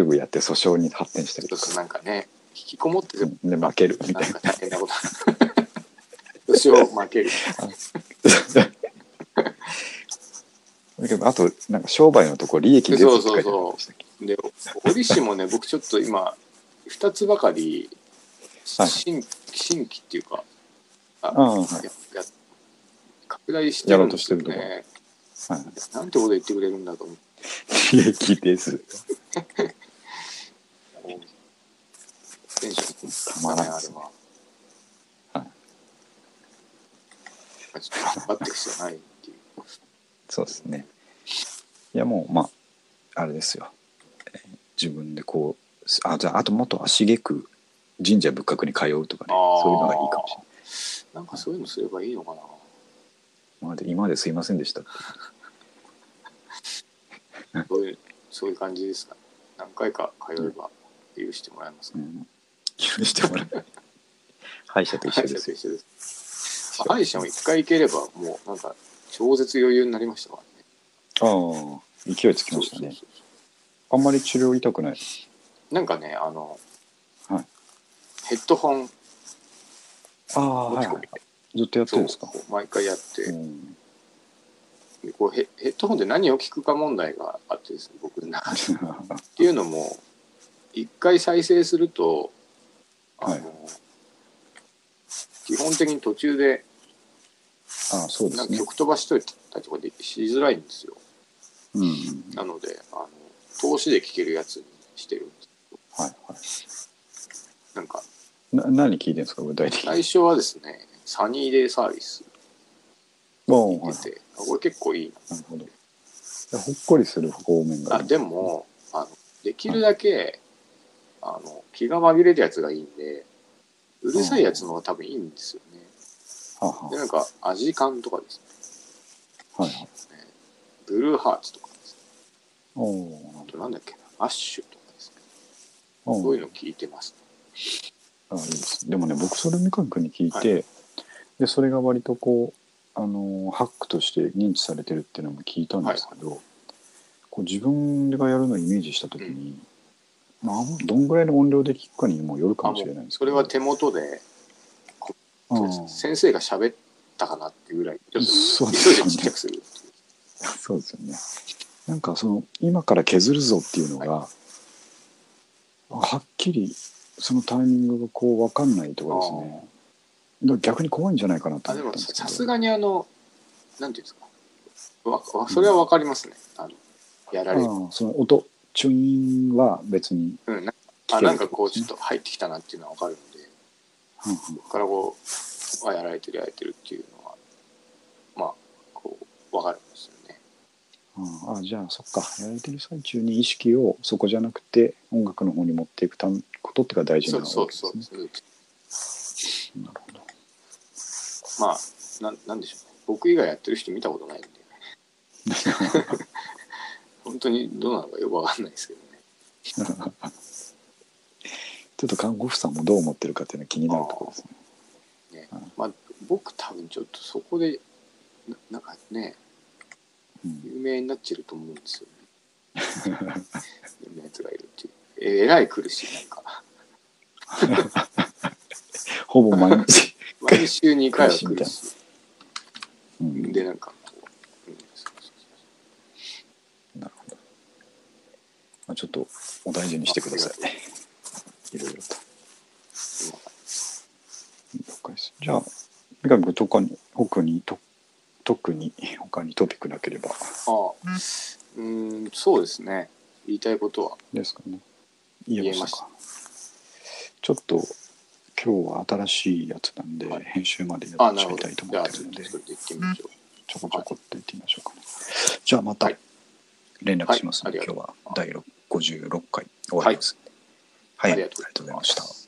[SPEAKER 1] ょ
[SPEAKER 2] YouTube やって訴訟に発展したりと
[SPEAKER 1] っと
[SPEAKER 2] か、
[SPEAKER 1] なんかね、引きこもってて
[SPEAKER 2] う
[SPEAKER 1] も
[SPEAKER 2] んで負けるみ
[SPEAKER 1] な
[SPEAKER 2] たい
[SPEAKER 1] ん
[SPEAKER 2] な
[SPEAKER 1] か大変なこと。 年を負ける。
[SPEAKER 2] だけどあとなんか商売のとこ利益出ずとか言ってましたっけ
[SPEAKER 1] で、折 しもね、僕ちょっと今、2つばかり、
[SPEAKER 2] はい
[SPEAKER 1] 新新規っていうか、
[SPEAKER 2] ああはい
[SPEAKER 1] やや拡大してるんですよ
[SPEAKER 2] やろう
[SPEAKER 1] ね。
[SPEAKER 2] はい
[SPEAKER 1] なんてこと言ってくれるんだと思って。
[SPEAKER 2] 利益出ず
[SPEAKER 1] テンションです
[SPEAKER 2] たまらんですね
[SPEAKER 1] ね、あ
[SPEAKER 2] は
[SPEAKER 1] れは。ちょっと頑張っていくしかないっていう。
[SPEAKER 2] そうですねいやもうまああれですよえー自分でこうあじゃああともっと足げく神社仏閣に通うとかね
[SPEAKER 1] あー
[SPEAKER 2] そういうのがいいかもしれない
[SPEAKER 1] なんかそういうのすればいいのかな。
[SPEAKER 2] 今まで今まですいませんでしたって
[SPEAKER 1] そういう、そういう感じですか。何回か通えば許してもらえますか。
[SPEAKER 2] うん許してもらえない歯医者と一緒ですよ
[SPEAKER 1] 歯医者と一緒です歯医者も一回行ければ、もうなんか超絶余裕になりましたからね。
[SPEAKER 2] ああ勢いつきましたね
[SPEAKER 1] そうそうそ
[SPEAKER 2] あんまり治療痛くないう
[SPEAKER 1] なんかね、あの、
[SPEAKER 2] はい
[SPEAKER 1] ヘッドホン
[SPEAKER 2] ああはいはいずっとやってるんですか
[SPEAKER 1] そう毎回やって、
[SPEAKER 2] うん
[SPEAKER 1] でこうヘヘッドホンで何を聞くか問題があってですね僕の中で。っていうのも一回再生するとあの、
[SPEAKER 2] はい
[SPEAKER 1] 基本的に途中で
[SPEAKER 2] ああそうで
[SPEAKER 1] なん
[SPEAKER 2] す
[SPEAKER 1] か
[SPEAKER 2] ね。
[SPEAKER 1] 曲飛ばしといたりとかでしづらいんですよ。
[SPEAKER 2] うん。
[SPEAKER 1] なのであの通しで聴けるやつにしてるんです
[SPEAKER 2] はいは
[SPEAKER 1] なんか
[SPEAKER 2] い。な何聞いてるんですか具体的に。
[SPEAKER 1] 最初はですね「サニーデイサービス
[SPEAKER 2] も」うはい
[SPEAKER 1] 出て、あこれ結構いい
[SPEAKER 2] なるほど。ほっこりする方面
[SPEAKER 1] な。
[SPEAKER 2] が
[SPEAKER 1] あ。でもあのできるだけ、あの気が紛れるやつがいいんでうるさいやつの方が多分いいんですよね。
[SPEAKER 2] はは
[SPEAKER 1] でなんかアジカンとかですね
[SPEAKER 2] はいはい。
[SPEAKER 1] ブルーハーツとかですね
[SPEAKER 2] おお
[SPEAKER 1] あ。となんだっけなアッシュとかですね
[SPEAKER 2] お
[SPEAKER 1] そういう
[SPEAKER 2] お。
[SPEAKER 1] の聞いてます、
[SPEAKER 2] あいいです。でもね僕それ三上君に聞いて、でそれが割とこうあのーハックとして認知されてるっていうのも聞いたんですけど、こう自分がやるのをイメージした時に。まあ、どんぐらいの音量で聞くかにもよるか
[SPEAKER 1] あ
[SPEAKER 2] も
[SPEAKER 1] も
[SPEAKER 2] しれないん
[SPEAKER 1] う
[SPEAKER 2] です
[SPEAKER 1] そ
[SPEAKER 2] け
[SPEAKER 1] れ
[SPEAKER 2] ど
[SPEAKER 1] は手元で
[SPEAKER 2] うん
[SPEAKER 1] 先生が喋ったかなっていうぐらいちょっと
[SPEAKER 2] そうです
[SPEAKER 1] 急
[SPEAKER 2] よね
[SPEAKER 1] いでちっちゃくするっていう
[SPEAKER 2] そうですよね。なんかその今から削るぞっていうのが、はっきりそのタイミングがこう分かんないとかですね。だから逆に怖いんじゃないかなと
[SPEAKER 1] あ
[SPEAKER 2] 思
[SPEAKER 1] で
[SPEAKER 2] ったんで
[SPEAKER 1] も
[SPEAKER 2] すけど。
[SPEAKER 1] さすがにあのなんていうんですかわわそれはわかりますねあのやられる
[SPEAKER 2] ああその音チュイーンは別に。
[SPEAKER 1] うんな
[SPEAKER 2] 聞け
[SPEAKER 1] あ
[SPEAKER 2] る
[SPEAKER 1] なんかこうちょっと入ってきたなっていうのはわかるんで
[SPEAKER 2] うんうん
[SPEAKER 1] ここからこうあやられてるやられてるっていうのはまあこうわかるんですよね
[SPEAKER 2] ああじゃあそっかやられてる最中に意識をそこじゃなくて音楽の方に持っていくたんことっていうか大事
[SPEAKER 1] そ
[SPEAKER 2] な
[SPEAKER 1] う
[SPEAKER 2] わけ
[SPEAKER 1] そう
[SPEAKER 2] です
[SPEAKER 1] そう
[SPEAKER 2] ね。
[SPEAKER 1] そう
[SPEAKER 2] なるほど
[SPEAKER 1] まあなんなんでしょうね僕以外やってる人見たこと ないんで本当にどうなのかよくわかんないですけどね
[SPEAKER 2] ちょっと看護婦さんもどう思ってるかっていうのは気になるところですね。
[SPEAKER 1] まあ僕多分ちょっとそこでななんかね
[SPEAKER 2] うん
[SPEAKER 1] 有名になっちゃうと思うんですよ ね有名なやつがいるっていうええらい苦しいなんか
[SPEAKER 2] ほぼ毎日、
[SPEAKER 1] 毎週2回は来るし
[SPEAKER 2] うん
[SPEAKER 1] でなんかこう、うんそうそうそう
[SPEAKER 2] なるほど、まあ、ちょっとお大事にしてくださ
[SPEAKER 1] あ
[SPEAKER 2] いいろいろと
[SPEAKER 1] 今
[SPEAKER 2] 了解ですじゃあ三上君他に他にと特に他にトピックなければ
[SPEAKER 1] ああうーんそうですね言いたいことは
[SPEAKER 2] ですかね言えましたか
[SPEAKER 1] 言
[SPEAKER 2] ちょっと今日は新しいやつなんで、
[SPEAKER 1] はい
[SPEAKER 2] 編集までや
[SPEAKER 1] あ
[SPEAKER 2] っ
[SPEAKER 1] な
[SPEAKER 2] ち
[SPEAKER 1] る
[SPEAKER 2] ゃ
[SPEAKER 1] ほ
[SPEAKER 2] い
[SPEAKER 1] ど
[SPEAKER 2] たいと
[SPEAKER 1] じ
[SPEAKER 2] 思
[SPEAKER 1] ゃ
[SPEAKER 2] っ
[SPEAKER 1] あ
[SPEAKER 2] て
[SPEAKER 1] ち
[SPEAKER 2] る
[SPEAKER 1] ょ
[SPEAKER 2] の
[SPEAKER 1] っ
[SPEAKER 2] で
[SPEAKER 1] とそれで行ってみましょう
[SPEAKER 2] ちょこちょこっと言ってみましょうかね。じゃあまた
[SPEAKER 1] はい
[SPEAKER 2] 連絡しますので、
[SPEAKER 1] はいあり
[SPEAKER 2] 今
[SPEAKER 1] が
[SPEAKER 2] 日は第56回終わりますんで、
[SPEAKER 1] い
[SPEAKER 2] はい、
[SPEAKER 1] あ
[SPEAKER 2] あ
[SPEAKER 1] り
[SPEAKER 2] り
[SPEAKER 1] が
[SPEAKER 2] が
[SPEAKER 1] と
[SPEAKER 2] とうござ
[SPEAKER 1] うござい
[SPEAKER 2] い
[SPEAKER 1] ま
[SPEAKER 2] ま
[SPEAKER 1] し
[SPEAKER 2] したた。